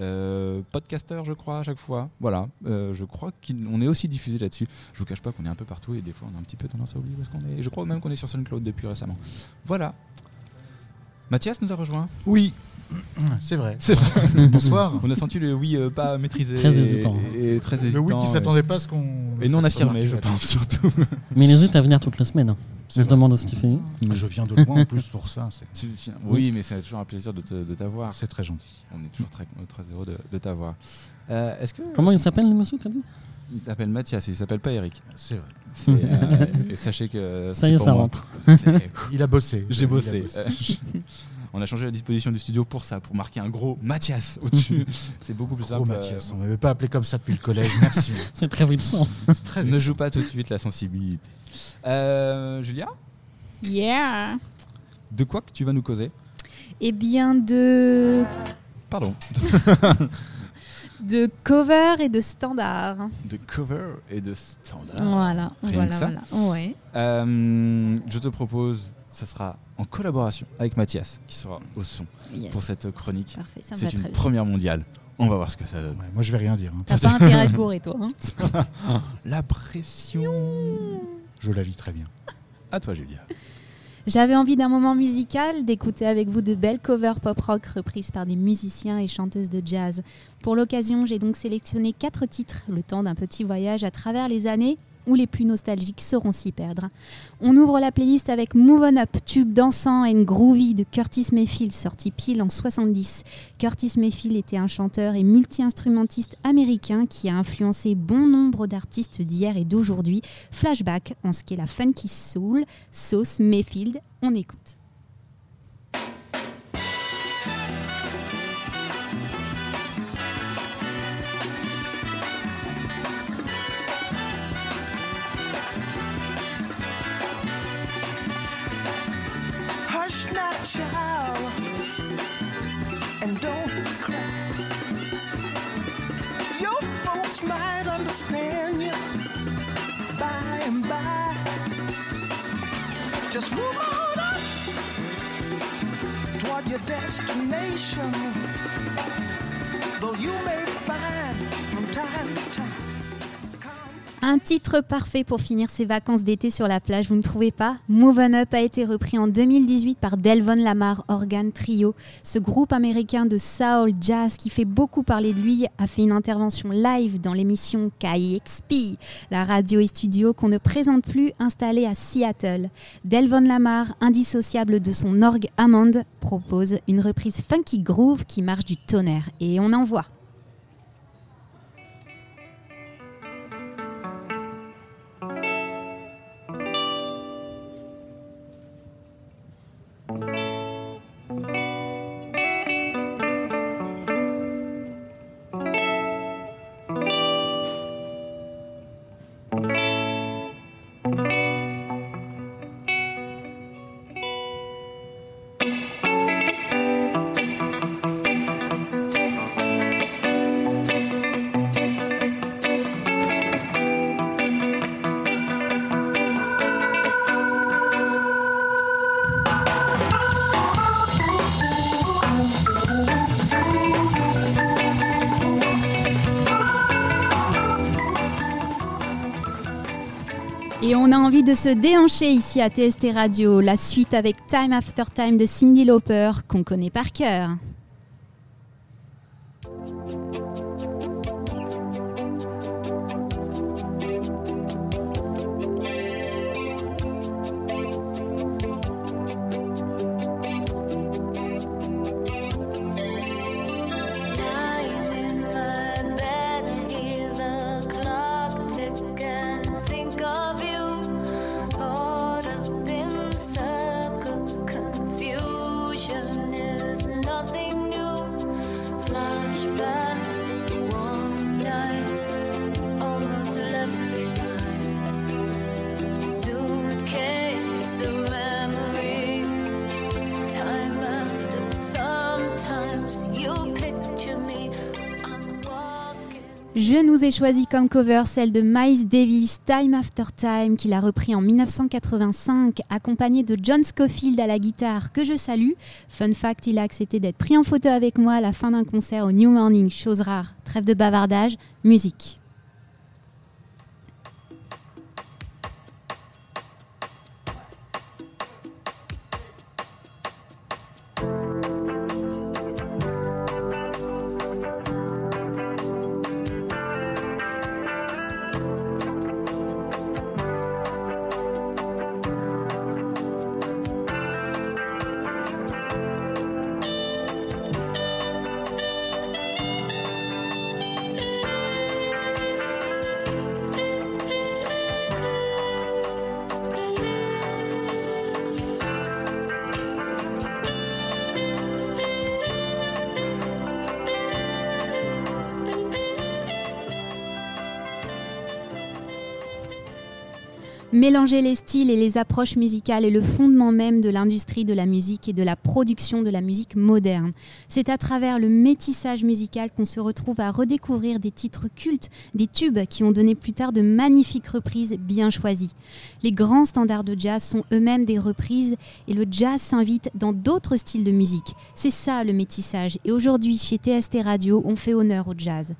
[SPEAKER 1] Euh, Podcaster, je crois, à chaque fois. Voilà, Euh, je crois qu'on est aussi diffusé là-dessus. Je vous cache pas qu'on est un peu partout et des fois on a un petit peu tendance à oublier parce qu'on est. Je crois même qu'on est sur SoundCloud depuis récemment. Voilà. Mathias nous a rejoint.
[SPEAKER 5] Oui, (clears throat) c'est
[SPEAKER 1] (laughs)
[SPEAKER 5] vrai.
[SPEAKER 1] C'est vrai.
[SPEAKER 5] Bonsoir.
[SPEAKER 1] On a senti le oui euh, pas maîtrisé.
[SPEAKER 2] Très
[SPEAKER 1] et-
[SPEAKER 2] hésitant.
[SPEAKER 1] Et, très
[SPEAKER 5] Le
[SPEAKER 1] hésitant.
[SPEAKER 5] oui qui
[SPEAKER 1] ouais.
[SPEAKER 5] s'attendait pas à ce qu'on.
[SPEAKER 1] Et non affirmé, je
[SPEAKER 5] Ouais.
[SPEAKER 1] pense (laughs) surtout.
[SPEAKER 2] Mais il hésite à venir toute la semaine. hein. Je se
[SPEAKER 5] C'est vrai.
[SPEAKER 2] demande ce qu'il fait.
[SPEAKER 5] Je viens de loin en plus pour ça. c'est-
[SPEAKER 1] Tu- tu- Oui, mais c'est toujours un plaisir de te- de t'avoir.
[SPEAKER 5] C'est très gentil.
[SPEAKER 1] On est toujours très, très heureux de, de t'avoir. Euh, Est-ce que
[SPEAKER 2] Comment il s'appelle le monsieur, t'as dit
[SPEAKER 1] Il s'appelle Mathias, il s'appelle pas Eric.
[SPEAKER 5] C'est vrai.
[SPEAKER 2] (laughs)
[SPEAKER 1] C'est, euh, et sachez que
[SPEAKER 2] Ça
[SPEAKER 1] c'est
[SPEAKER 2] y est,
[SPEAKER 1] pas
[SPEAKER 2] ça
[SPEAKER 1] moi.
[SPEAKER 2] rentre.
[SPEAKER 5] C'est- Eh, Il a bossé.
[SPEAKER 1] (laughs)
[SPEAKER 5] Il
[SPEAKER 1] J'ai
[SPEAKER 5] a
[SPEAKER 1] bossé. (laughs) On a changé la disposition du studio pour ça, pour marquer un gros Mathias au-dessus. (laughs) c'est beaucoup plus
[SPEAKER 5] Gros
[SPEAKER 1] simple. euh,
[SPEAKER 5] Mathias, on m'avait pas appelé comme ça depuis le collège,
[SPEAKER 1] (laughs)
[SPEAKER 5] merci.
[SPEAKER 2] C'est très vexant.
[SPEAKER 5] C'est très
[SPEAKER 1] ne
[SPEAKER 5] bien.
[SPEAKER 1] joue pas tout de suite la sensibilité. Euh, Julia,
[SPEAKER 3] Yeah
[SPEAKER 1] de quoi que tu vas nous causer
[SPEAKER 3] Eh bien, de,
[SPEAKER 1] Pardon.
[SPEAKER 3] de cover et de standard.
[SPEAKER 1] De cover et de standard.
[SPEAKER 3] Voilà,
[SPEAKER 1] Ah, rien que
[SPEAKER 3] voilà,
[SPEAKER 1] ça.
[SPEAKER 3] voilà. Ouais.
[SPEAKER 1] Euh, je te propose, ça sera en collaboration avec Mathias, qui sera au son
[SPEAKER 3] Yes.
[SPEAKER 1] pour cette chronique.
[SPEAKER 3] Parfait, ça me
[SPEAKER 1] C'est
[SPEAKER 3] va bah, très
[SPEAKER 1] une
[SPEAKER 3] bien.
[SPEAKER 1] première mondiale. On va voir ce que ça donne.
[SPEAKER 5] Ouais, moi, je vais rien dire. hein.
[SPEAKER 1] (laughs)
[SPEAKER 3] T'as pas intérêt à te bourrer, toi. hein.
[SPEAKER 1] La pression.
[SPEAKER 5] Je la vis très bien.
[SPEAKER 1] À toi, Julia.
[SPEAKER 3] J'avais envie d'un moment musical, d'écouter avec vous de belles covers pop-rock reprises par des musiciens et chanteuses de jazz. Pour l'occasion, j'ai donc sélectionné quatre titres, le temps d'un petit voyage à travers les années où les plus nostalgiques sauront s'y perdre. On ouvre la playlist avec Move On Up, tube dansant and groovy de Curtis Mayfield, sorti pile en 70. Curtis Mayfield était un chanteur et multi-instrumentiste américain qui a influencé bon nombre d'artistes d'hier et d'aujourd'hui. Flashback en ce qu'est la funky soul, Sauce Mayfield, on écoute.
[SPEAKER 6] Hush not, child, and don't cry. Your folks might understand you by and by. Just move on up toward your destination, though you may find from time to time.
[SPEAKER 3] Un titre parfait pour finir ses vacances d'été sur la plage, vous ne trouvez pas Move On Up a été repris en 2018 par Delvon Lamar Organ Trio. Ce groupe américain de soul jazz qui fait beaucoup parler de lui a fait une intervention live dans l'émission KIXP, la radio et studio qu'on ne présente plus installée à Seattle. Delvon Lamar, indissociable de son orgue Hammond, propose une reprise funky groove qui marche du tonnerre et on en voit. Et on a envie de se déhancher ici à TST Radio, la suite avec Time After Time de Cindy Lauper, qu'on connaît par cœur.
[SPEAKER 7] Night in my bed, hear the clock tick and think of you. Caught up in circles, confusion is nothing new. Flashback, warm nights, almost left behind. Suitcase of memories. Time after sometimes you picture me. I'm walking.
[SPEAKER 3] Je nous ai choisi comme cover celle de Miles Davis, Time After Time, qu'il a repris en 1985, accompagné de John Scofield à la guitare, que je salue. Fun fact, il a accepté d'être pris en photo avec moi à la fin d'un concert au New Morning, chose rare. Trêve de bavardage, musique. Mélanger les styles et les approches musicales est le fondement même de l'industrie de la musique et de la production de la musique moderne. C'est à travers le métissage musical qu'on se retrouve à redécouvrir des titres cultes, des tubes qui ont donné plus tard de magnifiques reprises bien choisies. Les grands standards de jazz sont eux-mêmes des reprises et le jazz s'invite dans d'autres styles de musique. C'est ça le métissage et aujourd'hui chez TST Radio on fait honneur au jazz.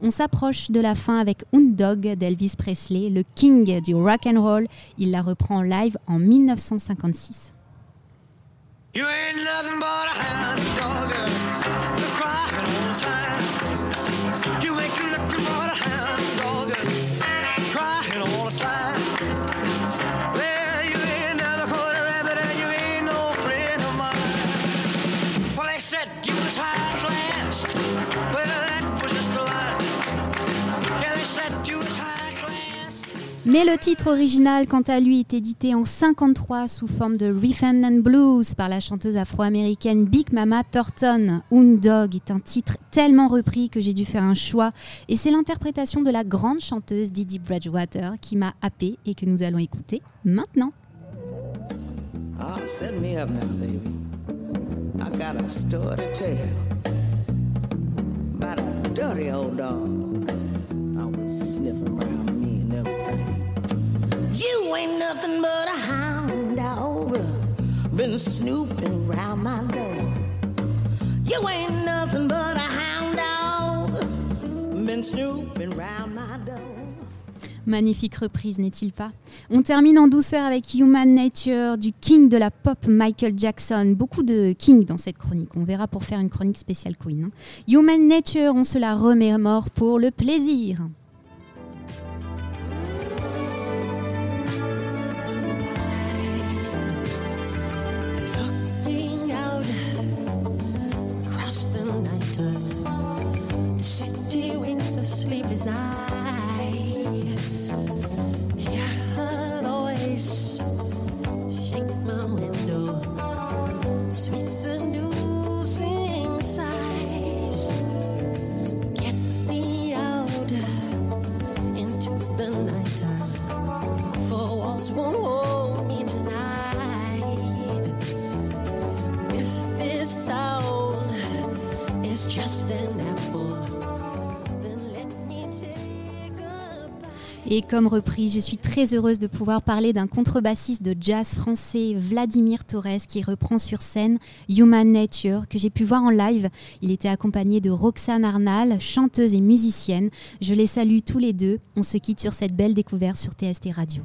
[SPEAKER 3] On s'approche de la fin avec Un Dog d'Elvis Presley, le king du rock and roll. Il la reprend en live en 1956.
[SPEAKER 6] You ain't nothing but a hound dog. uh, You cry all the time. You ain't nothing but a hound dog. uh, Crying all the time. Well, you ain't never caught a rabbit and you ain't no friend of mine. Well, they said you was high class. Well, that was just a lie. Yeah, they said you was high class.
[SPEAKER 3] Mais le titre original, quant à lui, est édité en 53 sous forme de Rhythm and Blues par la chanteuse afro-américaine Big Mama Thornton. Un Dog est un titre tellement repris que j'ai dû faire un choix et c'est l'interprétation de la grande chanteuse Didi Bridgewater qui m'a happée et que nous allons écouter maintenant.
[SPEAKER 6] Ah, set me up now, baby. I got a story to tell about a dirty old dog. I was sniffing around me and everything. You ain't nothing but a hound dog. Been snooping around my door. You ain't nothing but a hound dog. Been snooping around my door.
[SPEAKER 3] Magnifique reprise, n'est-il pas On termine en douceur avec Human Nature du king de la pop Michael Jackson. Beaucoup de king dans cette chronique. On verra pour faire une chronique spéciale Queen. hein. Human Nature, on se la remémore pour le plaisir.
[SPEAKER 7] Looking out across the night time, the city winks a sleepless eye. Hear her voice shake my window, sweet seducing sighs. Get me out into the night time, for walls won't hold me tonight. If this town is just an apple, then let me take a bite.
[SPEAKER 3] Et comme reprise, je suis très heureuse de pouvoir parler d'un contrebassiste de jazz français, Vladimir Torres, qui reprend sur scène Human Nature, que j'ai pu voir en live. Il était accompagné de Roxane Arnal, chanteuse et musicienne. Je les salue tous les deux. On se quitte sur cette belle découverte sur TST Radio.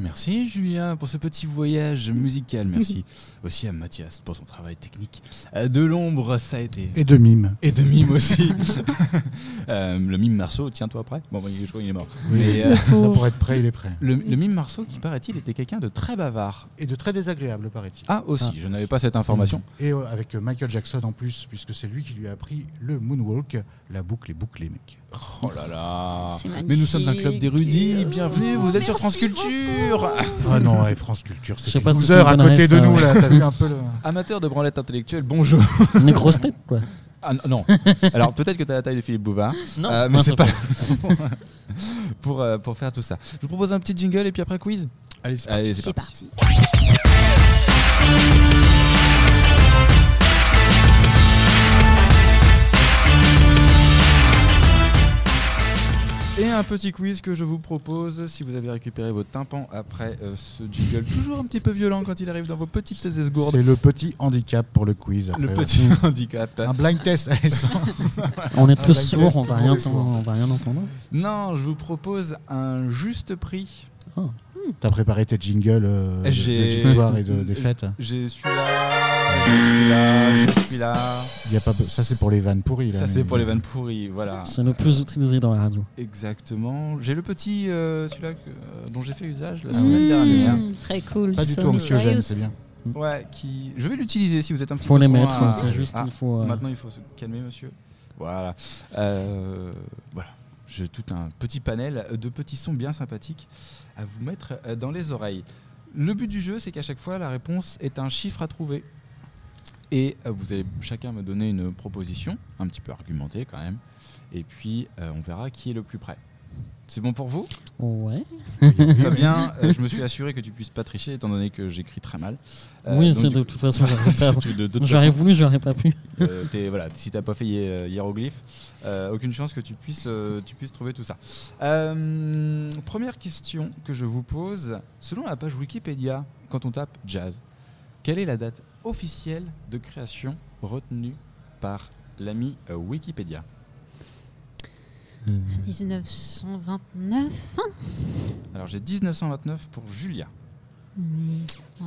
[SPEAKER 1] Merci Julien pour ce petit voyage musical. Merci aussi à Mathias pour son travail technique. Euh, De l'ombre, ça a été.
[SPEAKER 5] Et de mime.
[SPEAKER 1] Et de mime aussi. Euh, le mime Marceau, tiens-toi après. Bon, bah, je crois qu'il est mort.
[SPEAKER 5] Oui,
[SPEAKER 1] Mais, euh,
[SPEAKER 5] ça pourrait être prêt, il est prêt.
[SPEAKER 1] le, le mime Marceau, qui paraît-il, était quelqu'un de très bavard.
[SPEAKER 5] Et de très désagréable, paraît-il.
[SPEAKER 1] Ah, aussi, je n'avais pas cette information.
[SPEAKER 5] Et euh, avec euh, Michael Jackson en plus, puisque c'est lui qui lui a appris le moonwalk. La boucle est bouclée, mec.
[SPEAKER 1] Oh là là
[SPEAKER 8] C'est
[SPEAKER 1] Mais nous sommes un
[SPEAKER 8] magnifique.
[SPEAKER 1] club d'érudits, bienvenue, vous êtes sur France Culture
[SPEAKER 5] Ah non, ouais, France Culture,
[SPEAKER 2] Je
[SPEAKER 5] c'est
[SPEAKER 2] sais
[SPEAKER 5] des
[SPEAKER 2] pas si c'est
[SPEAKER 5] losers
[SPEAKER 2] une
[SPEAKER 5] à
[SPEAKER 2] bonne
[SPEAKER 5] côté
[SPEAKER 2] ref,
[SPEAKER 5] de
[SPEAKER 2] ça,
[SPEAKER 5] nous,
[SPEAKER 2] ouais.
[SPEAKER 5] là. T'as vu un peu le...
[SPEAKER 1] Amateur de branlette intellectuelle, bonjour
[SPEAKER 2] Une grosse tête, quoi.
[SPEAKER 1] Ah n- non Alors peut-être que tu as la taille de Philippe Bouvard,
[SPEAKER 2] Non,
[SPEAKER 1] euh, mais
[SPEAKER 2] mince,
[SPEAKER 1] c'est pas (laughs) pour, euh, pour faire tout ça. Je vous propose un petit jingle et puis après quiz
[SPEAKER 5] Allez, c'est
[SPEAKER 1] Allez, c'est
[SPEAKER 8] C'est
[SPEAKER 1] parti.
[SPEAKER 8] parti.
[SPEAKER 1] Et un petit quiz que je vous propose si vous avez récupéré vos tympans après euh, ce jingle, toujours un petit peu violent quand il arrive dans vos petites esgourdes.
[SPEAKER 5] C'est le petit handicap pour le quiz.
[SPEAKER 1] Le
[SPEAKER 5] après,
[SPEAKER 1] petit (laughs) handicap.
[SPEAKER 5] ouais. Un blind test.
[SPEAKER 1] (laughs)
[SPEAKER 5] allez, sans-
[SPEAKER 2] On est
[SPEAKER 5] Ah,
[SPEAKER 2] tous
[SPEAKER 5] bah, il
[SPEAKER 2] sourds,
[SPEAKER 5] reste
[SPEAKER 2] on va
[SPEAKER 5] tout le
[SPEAKER 2] rien
[SPEAKER 5] monde est sourd.
[SPEAKER 2] entendre- on va rien entendre.
[SPEAKER 1] Non, je vous propose un juste prix
[SPEAKER 2] Oh.
[SPEAKER 5] T'as préparé tes jingles euh, de- de
[SPEAKER 1] J'ai-
[SPEAKER 5] victoire
[SPEAKER 1] (laughs)
[SPEAKER 5] et de défaite.
[SPEAKER 1] J'ai celui-là, j'ai celui-là, j'ai celui-là.
[SPEAKER 5] Y a pas... be- Ça, c'est pour les vannes pourries. Là,
[SPEAKER 1] Ça,
[SPEAKER 5] mais-
[SPEAKER 1] c'est pour les vannes pourries, voilà.
[SPEAKER 2] C'est le plus utilisé dans la radio.
[SPEAKER 1] Ah. Exactement. J'ai le petit, euh, celui-là que- euh, dont j'ai fait usage la
[SPEAKER 5] Ah
[SPEAKER 1] semaine
[SPEAKER 5] ouais.
[SPEAKER 1] dernière.
[SPEAKER 3] Mmh, Très cool.
[SPEAKER 5] Pas du
[SPEAKER 3] ça.
[SPEAKER 5] tout anxiogène,
[SPEAKER 3] Joyeux.
[SPEAKER 5] c'est bien.
[SPEAKER 1] Ouais, qui. Je vais l'utiliser si vous êtes un petit
[SPEAKER 2] Faut
[SPEAKER 1] peu
[SPEAKER 2] les
[SPEAKER 1] trop
[SPEAKER 2] mettre,
[SPEAKER 1] loin.
[SPEAKER 2] c'est juste
[SPEAKER 1] Ah,
[SPEAKER 2] il faut. euh,
[SPEAKER 1] Maintenant, il faut se calmer, monsieur. Voilà. Euh, voilà. J'ai tout un petit panel de petits sons bien sympathiques à vous mettre euh, dans les oreilles. Le but du jeu, c'est qu'à chaque fois, la réponse est un chiffre à trouver. Et euh, vous allez chacun me donner une proposition, un petit peu argumentée quand même. Et puis, euh, on verra qui est le plus près. C'est bon pour
[SPEAKER 2] (laughs)
[SPEAKER 1] vous
[SPEAKER 2] Ouais.
[SPEAKER 1] Fabien, euh, je me suis assuré que tu puisses pas tricher, étant donné que j'écris très mal. Euh,
[SPEAKER 2] oui,
[SPEAKER 1] donc
[SPEAKER 2] c'est
[SPEAKER 1] du
[SPEAKER 2] de
[SPEAKER 1] coup- (laughs)
[SPEAKER 2] toute façon. ça.
[SPEAKER 1] Surtout de- de toute
[SPEAKER 2] J'aurais
[SPEAKER 1] façon.
[SPEAKER 2] voulu, j'aurais pas pu.
[SPEAKER 1] Euh, t'es- voilà, si t'as pas fait hi- euh, hiéroglyphe, euh, aucune chance que tu puisses, euh, tu puisses trouver tout ça. Euh, première question que je vous pose, selon la page Wikipédia, quand on tape jazz, quelle est la date officielle de création retenue par l'ami euh, Wikipédia
[SPEAKER 3] 1929.
[SPEAKER 1] Alors j'ai 1929 pour Julia.
[SPEAKER 3] Mmh. Ouais.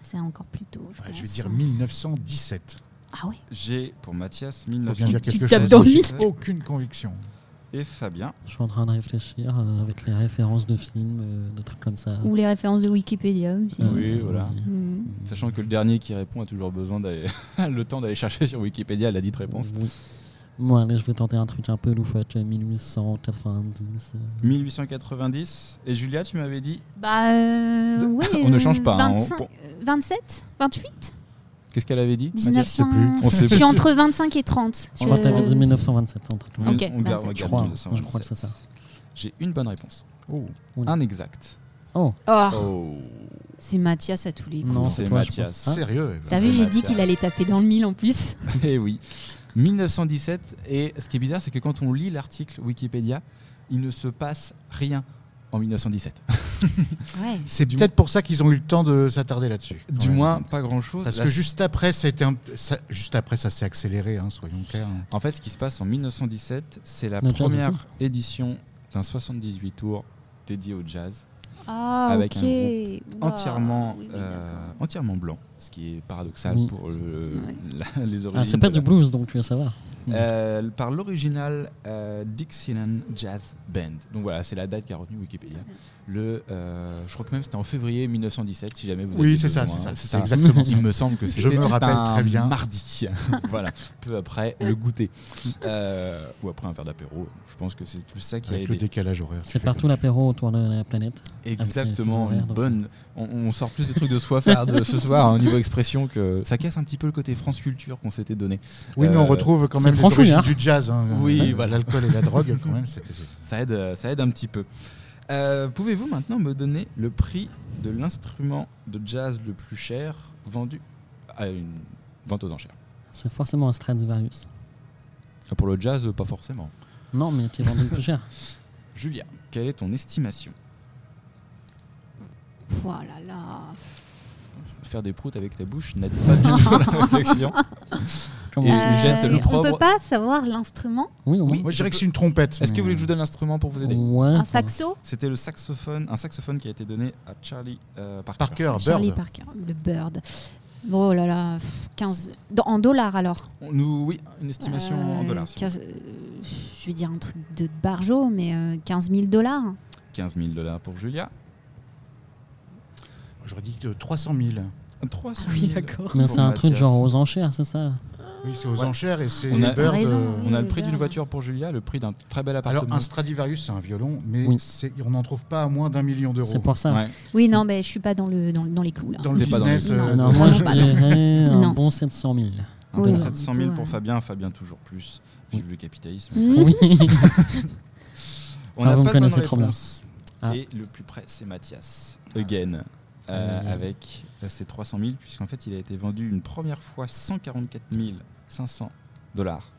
[SPEAKER 3] C'est encore plus tôt. Je,
[SPEAKER 5] Ouais,
[SPEAKER 3] pense.
[SPEAKER 5] je vais dire 1917.
[SPEAKER 3] Ah ouais.
[SPEAKER 1] J'ai pour Mathias
[SPEAKER 5] Faut bien dire
[SPEAKER 1] 1900
[SPEAKER 3] Tu
[SPEAKER 5] quelque
[SPEAKER 3] tapes
[SPEAKER 5] chose.
[SPEAKER 3] dans le
[SPEAKER 5] J'ai
[SPEAKER 1] mille.
[SPEAKER 5] aucune conviction.
[SPEAKER 1] et Fabien.
[SPEAKER 2] Je suis en train de réfléchir euh, avec les références de films, euh, de trucs comme ça.
[SPEAKER 3] Ou les références de Wikipédia aussi.
[SPEAKER 2] Euh,
[SPEAKER 1] Oui, voilà.
[SPEAKER 3] Mmh.
[SPEAKER 1] Sachant que le dernier qui répond a toujours besoin d'aller (laughs) le temps d'aller chercher sur Wikipédia la dite réponse.
[SPEAKER 2] Oui. Bon, allez, je vais tenter un truc un peu loufoque. euh, 1890. euh,
[SPEAKER 1] 1890. Et Julia, tu m'avais dit
[SPEAKER 3] Bah euh, ouais.
[SPEAKER 1] (laughs) On ne change pas, hein, on-
[SPEAKER 3] 25,
[SPEAKER 1] pour-
[SPEAKER 3] euh, 27 28
[SPEAKER 1] Qu'est-ce qu'elle avait dit
[SPEAKER 5] Mathias, je sais plus.
[SPEAKER 3] 1900.
[SPEAKER 1] On sait
[SPEAKER 3] Je suis entre 25 et 30.
[SPEAKER 2] Je crois que t'avais dit
[SPEAKER 3] Je-
[SPEAKER 2] 1927. un truc comme ça.
[SPEAKER 1] On-
[SPEAKER 3] Ok,
[SPEAKER 1] on garde- on
[SPEAKER 3] 27.
[SPEAKER 1] garde
[SPEAKER 2] Je crois,
[SPEAKER 1] 1927.
[SPEAKER 2] je crois que c'est ça. Oh,
[SPEAKER 1] J'ai une bonne réponse.
[SPEAKER 2] Oula.
[SPEAKER 1] Un exact.
[SPEAKER 3] Oh,
[SPEAKER 1] Oh. (laughs)
[SPEAKER 3] c'est Mathias à tous les coups.
[SPEAKER 2] Non,
[SPEAKER 1] C'est
[SPEAKER 2] c'est Ah toi, je
[SPEAKER 1] Mathias.
[SPEAKER 2] pense. Hein
[SPEAKER 5] Sérieux eh ben.
[SPEAKER 3] T'as vu,
[SPEAKER 1] c'est
[SPEAKER 3] j'ai dit
[SPEAKER 1] Mathias.
[SPEAKER 3] qu'il allait taper dans le mille en plus.
[SPEAKER 1] Eh oui. 1917. Et ce qui est bizarre, c'est que quand on lit l'article Wikipédia, il ne se passe rien en 1917.
[SPEAKER 3] Ouais.
[SPEAKER 5] C'est peut-être pour ça qu'ils ont eu le temps de s'attarder là-dessus.
[SPEAKER 1] Du
[SPEAKER 5] Ouais.
[SPEAKER 1] moins, pas grand-chose.
[SPEAKER 5] Parce
[SPEAKER 1] La-
[SPEAKER 5] que juste après, ça a été un- ça, juste après, ça s'est accéléré, hein, soyons clairs. hein.
[SPEAKER 1] En fait, ce qui se passe en 1917, c'est la
[SPEAKER 2] Le jazz
[SPEAKER 1] première édition d'un 78 tours dédié au jazz.
[SPEAKER 3] Ah,
[SPEAKER 1] Avec
[SPEAKER 3] ok. Waouh.
[SPEAKER 1] entièrement,
[SPEAKER 3] Ah, Oui, oui,
[SPEAKER 1] euh,
[SPEAKER 3] d'accord.
[SPEAKER 1] entièrement blanc, ce qui est paradoxal
[SPEAKER 2] Oui.
[SPEAKER 1] pour le-
[SPEAKER 3] Ouais.
[SPEAKER 1] la- les origines.
[SPEAKER 2] Ah, c'est pas
[SPEAKER 1] de la-
[SPEAKER 2] du blues, donc tu vas savoir.
[SPEAKER 1] Euh, par l'original euh, Dixieland Jazz Band. Donc voilà, c'est la date qu'a retenue Wikipédia. Le, euh, je crois que même c'était en février 1917, si jamais vous
[SPEAKER 5] Oui,
[SPEAKER 1] avez
[SPEAKER 5] c'est ça,
[SPEAKER 1] besoin.
[SPEAKER 5] c'est ça,
[SPEAKER 1] C'est
[SPEAKER 5] c'est
[SPEAKER 1] ça.
[SPEAKER 5] exactement ça.
[SPEAKER 1] Il me semble que
[SPEAKER 5] Je
[SPEAKER 1] c'était
[SPEAKER 5] me rappelle
[SPEAKER 1] un
[SPEAKER 5] très bien.
[SPEAKER 1] mardi. (laughs) voilà, peu après le goûter. Euh, ou après un verre d'apéro. Je pense que c'est tout ça qui
[SPEAKER 5] Avec
[SPEAKER 1] a
[SPEAKER 5] le
[SPEAKER 1] aidé.
[SPEAKER 5] décalage horaire.
[SPEAKER 2] C'est partout l'apéro autour de la planète.
[SPEAKER 1] Exactement,
[SPEAKER 2] avec les euh.
[SPEAKER 1] une
[SPEAKER 2] fuseaux
[SPEAKER 1] bonne. On, on sort plus de trucs de soifard
[SPEAKER 2] (laughs)
[SPEAKER 1] de ce soir hein, au niveau expression que ça casse un petit peu le côté France Culture qu'on s'était donné.
[SPEAKER 5] Oui, mais
[SPEAKER 1] Euh,
[SPEAKER 5] on retrouve quand
[SPEAKER 2] c'est
[SPEAKER 5] même les
[SPEAKER 2] franchouillard.
[SPEAKER 5] origines du jazz. hein.
[SPEAKER 1] Oui,
[SPEAKER 5] Euh,
[SPEAKER 1] voilà.
[SPEAKER 5] L'alcool et la drogue, quand même, c'était.
[SPEAKER 1] Ça aide, euh, ça aide un petit peu. Euh, Pouvez-vous maintenant me donner le prix de l'instrument de jazz le plus cher vendu à une vente aux enchères Ah,
[SPEAKER 2] C'est forcément un Stradivarius.
[SPEAKER 1] Pour le jazz, pas forcément.
[SPEAKER 2] Non, mais qui est vendu le plus cher.
[SPEAKER 1] Julia, quelle est ton estimation
[SPEAKER 3] Ouah là là.
[SPEAKER 1] Faire des proutes avec ta bouche n'aide pas du tout
[SPEAKER 2] (laughs)
[SPEAKER 1] la réflexion. (laughs)
[SPEAKER 2] Comment
[SPEAKER 1] Et
[SPEAKER 2] on-
[SPEAKER 1] je jette
[SPEAKER 3] Euh, on
[SPEAKER 1] l'opprobre.
[SPEAKER 3] peut pas savoir l'instrument
[SPEAKER 2] Oui, au moins.
[SPEAKER 1] Oui.
[SPEAKER 5] Moi, je dirais que c'est une trompette.
[SPEAKER 1] Est-ce que
[SPEAKER 5] mais-
[SPEAKER 1] vous voulez que je vous donne l'instrument pour vous aider
[SPEAKER 2] Ouais,
[SPEAKER 3] Un
[SPEAKER 2] ça-
[SPEAKER 3] saxo
[SPEAKER 1] C'était le saxophone, un saxophone qui a été donné à Charlie euh, Parker.
[SPEAKER 5] Parker,
[SPEAKER 3] Charlie
[SPEAKER 5] Bird.
[SPEAKER 3] Parker, le bird. Bon, oh là là, pff, 15. Dans- en dollars alors
[SPEAKER 1] On- Nous, oui, une estimation en
[SPEAKER 3] Euh,
[SPEAKER 1] dollars. s'il vous
[SPEAKER 3] 15, euh, je vais dire un truc de barjo, mais euh, 15 000 dollars.
[SPEAKER 1] plaît. 15 000 dollars pour Julia.
[SPEAKER 5] J'aurais dit euh, 300 000.
[SPEAKER 1] 300
[SPEAKER 3] Ah
[SPEAKER 1] 000
[SPEAKER 3] oui, d'accord.
[SPEAKER 2] Mais
[SPEAKER 1] pour
[SPEAKER 2] c'est un truc
[SPEAKER 1] Mathias.
[SPEAKER 2] genre aux enchères, c'est ça
[SPEAKER 5] Oui, c'est aux
[SPEAKER 1] Ouais.
[SPEAKER 5] enchères et c'est
[SPEAKER 1] On a-
[SPEAKER 5] Bird.
[SPEAKER 3] Raison,
[SPEAKER 5] euh,
[SPEAKER 3] oui.
[SPEAKER 1] On a le prix
[SPEAKER 3] Uber.
[SPEAKER 1] d'une voiture pour Julia, le prix d'un très bel appartement.
[SPEAKER 5] Alors, un Stradivarius, c'est un violon, mais
[SPEAKER 2] Oui.
[SPEAKER 5] c'est- on n'en trouve pas à moins d'un million d'euros.
[SPEAKER 2] C'est pour ça.
[SPEAKER 1] Ouais.
[SPEAKER 3] Oui, non, mais je suis pas dans, le, dans, le- dans les clous là.
[SPEAKER 5] Dans le
[SPEAKER 1] T'es pas dans les-
[SPEAKER 5] business.
[SPEAKER 2] Non,
[SPEAKER 5] euh, de-
[SPEAKER 2] moi
[SPEAKER 3] vraiment
[SPEAKER 2] je
[SPEAKER 3] pas,
[SPEAKER 2] dirais
[SPEAKER 3] Non.
[SPEAKER 2] un bon 700 000. (laughs)
[SPEAKER 1] Un
[SPEAKER 3] Oui,
[SPEAKER 1] bon
[SPEAKER 3] un
[SPEAKER 1] 700
[SPEAKER 3] petit
[SPEAKER 1] 000
[SPEAKER 3] peu,
[SPEAKER 1] pour
[SPEAKER 3] ouais.
[SPEAKER 1] Fabien, Fabien toujours plus. Vive le capitalisme.
[SPEAKER 3] Mmh.
[SPEAKER 2] Oui. (laughs)
[SPEAKER 1] On n'a pas
[SPEAKER 2] Ah, vous
[SPEAKER 1] de
[SPEAKER 2] me
[SPEAKER 1] bonne
[SPEAKER 2] connaissez trop bien.
[SPEAKER 1] réponse.
[SPEAKER 2] Ah.
[SPEAKER 1] Et le plus près, c'est Mathias. Again. Euh,
[SPEAKER 2] Euh.
[SPEAKER 1] Avec euh, ses 300 000, puisqu'en fait, il a été vendu une première fois 144 500 dollars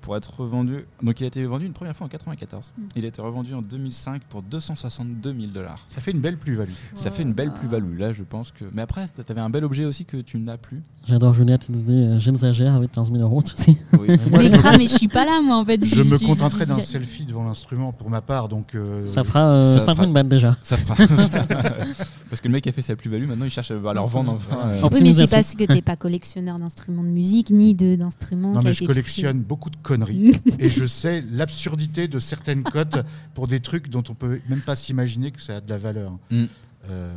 [SPEAKER 1] pour être revendu. Donc il a été vendu une première fois en 94.
[SPEAKER 3] Mm.
[SPEAKER 1] Il a été revendu en 2005 pour 262 000 dollars.
[SPEAKER 5] Ça fait une belle plus-value. Euh,
[SPEAKER 1] Ça fait une belle plus-value là, je pense que. Mais après, t'avais un bel objet aussi que tu n'as plus.
[SPEAKER 2] J'adore Juliette qui disait euh, j'exagère avec 15 000 euros, tu sais.
[SPEAKER 1] Oui.
[SPEAKER 3] (laughs)
[SPEAKER 5] Moi,
[SPEAKER 3] mais
[SPEAKER 5] je me-
[SPEAKER 3] grave, mais je suis pas là, moi, en fait.
[SPEAKER 5] Je me
[SPEAKER 3] suis-
[SPEAKER 5] contenterai d'un
[SPEAKER 3] j'ai-
[SPEAKER 5] selfie devant l'instrument pour ma part, donc euh,
[SPEAKER 2] Ça fera euh,
[SPEAKER 1] Ça
[SPEAKER 2] 5
[SPEAKER 1] fera-
[SPEAKER 2] 000 balles déjà.
[SPEAKER 1] (laughs) Ça fera- (laughs) Parce que le mec a fait sa plus-value, maintenant il cherche à leur vendre. enfin, euh,
[SPEAKER 2] En
[SPEAKER 3] Oui, mais c'est
[SPEAKER 2] optimisation.
[SPEAKER 3] parce que t'es pas collectionneur d'instruments de musique ni de d'instruments. qui
[SPEAKER 5] Non,
[SPEAKER 3] a
[SPEAKER 5] mais
[SPEAKER 3] été
[SPEAKER 5] je
[SPEAKER 3] touché.
[SPEAKER 5] collectionne beaucoup de conneries
[SPEAKER 3] (laughs)
[SPEAKER 5] et je sais l'absurdité de certaines cotes pour des trucs dont on peut même pas s'imaginer que ça a de la valeur.
[SPEAKER 1] Mm.
[SPEAKER 5] Euh,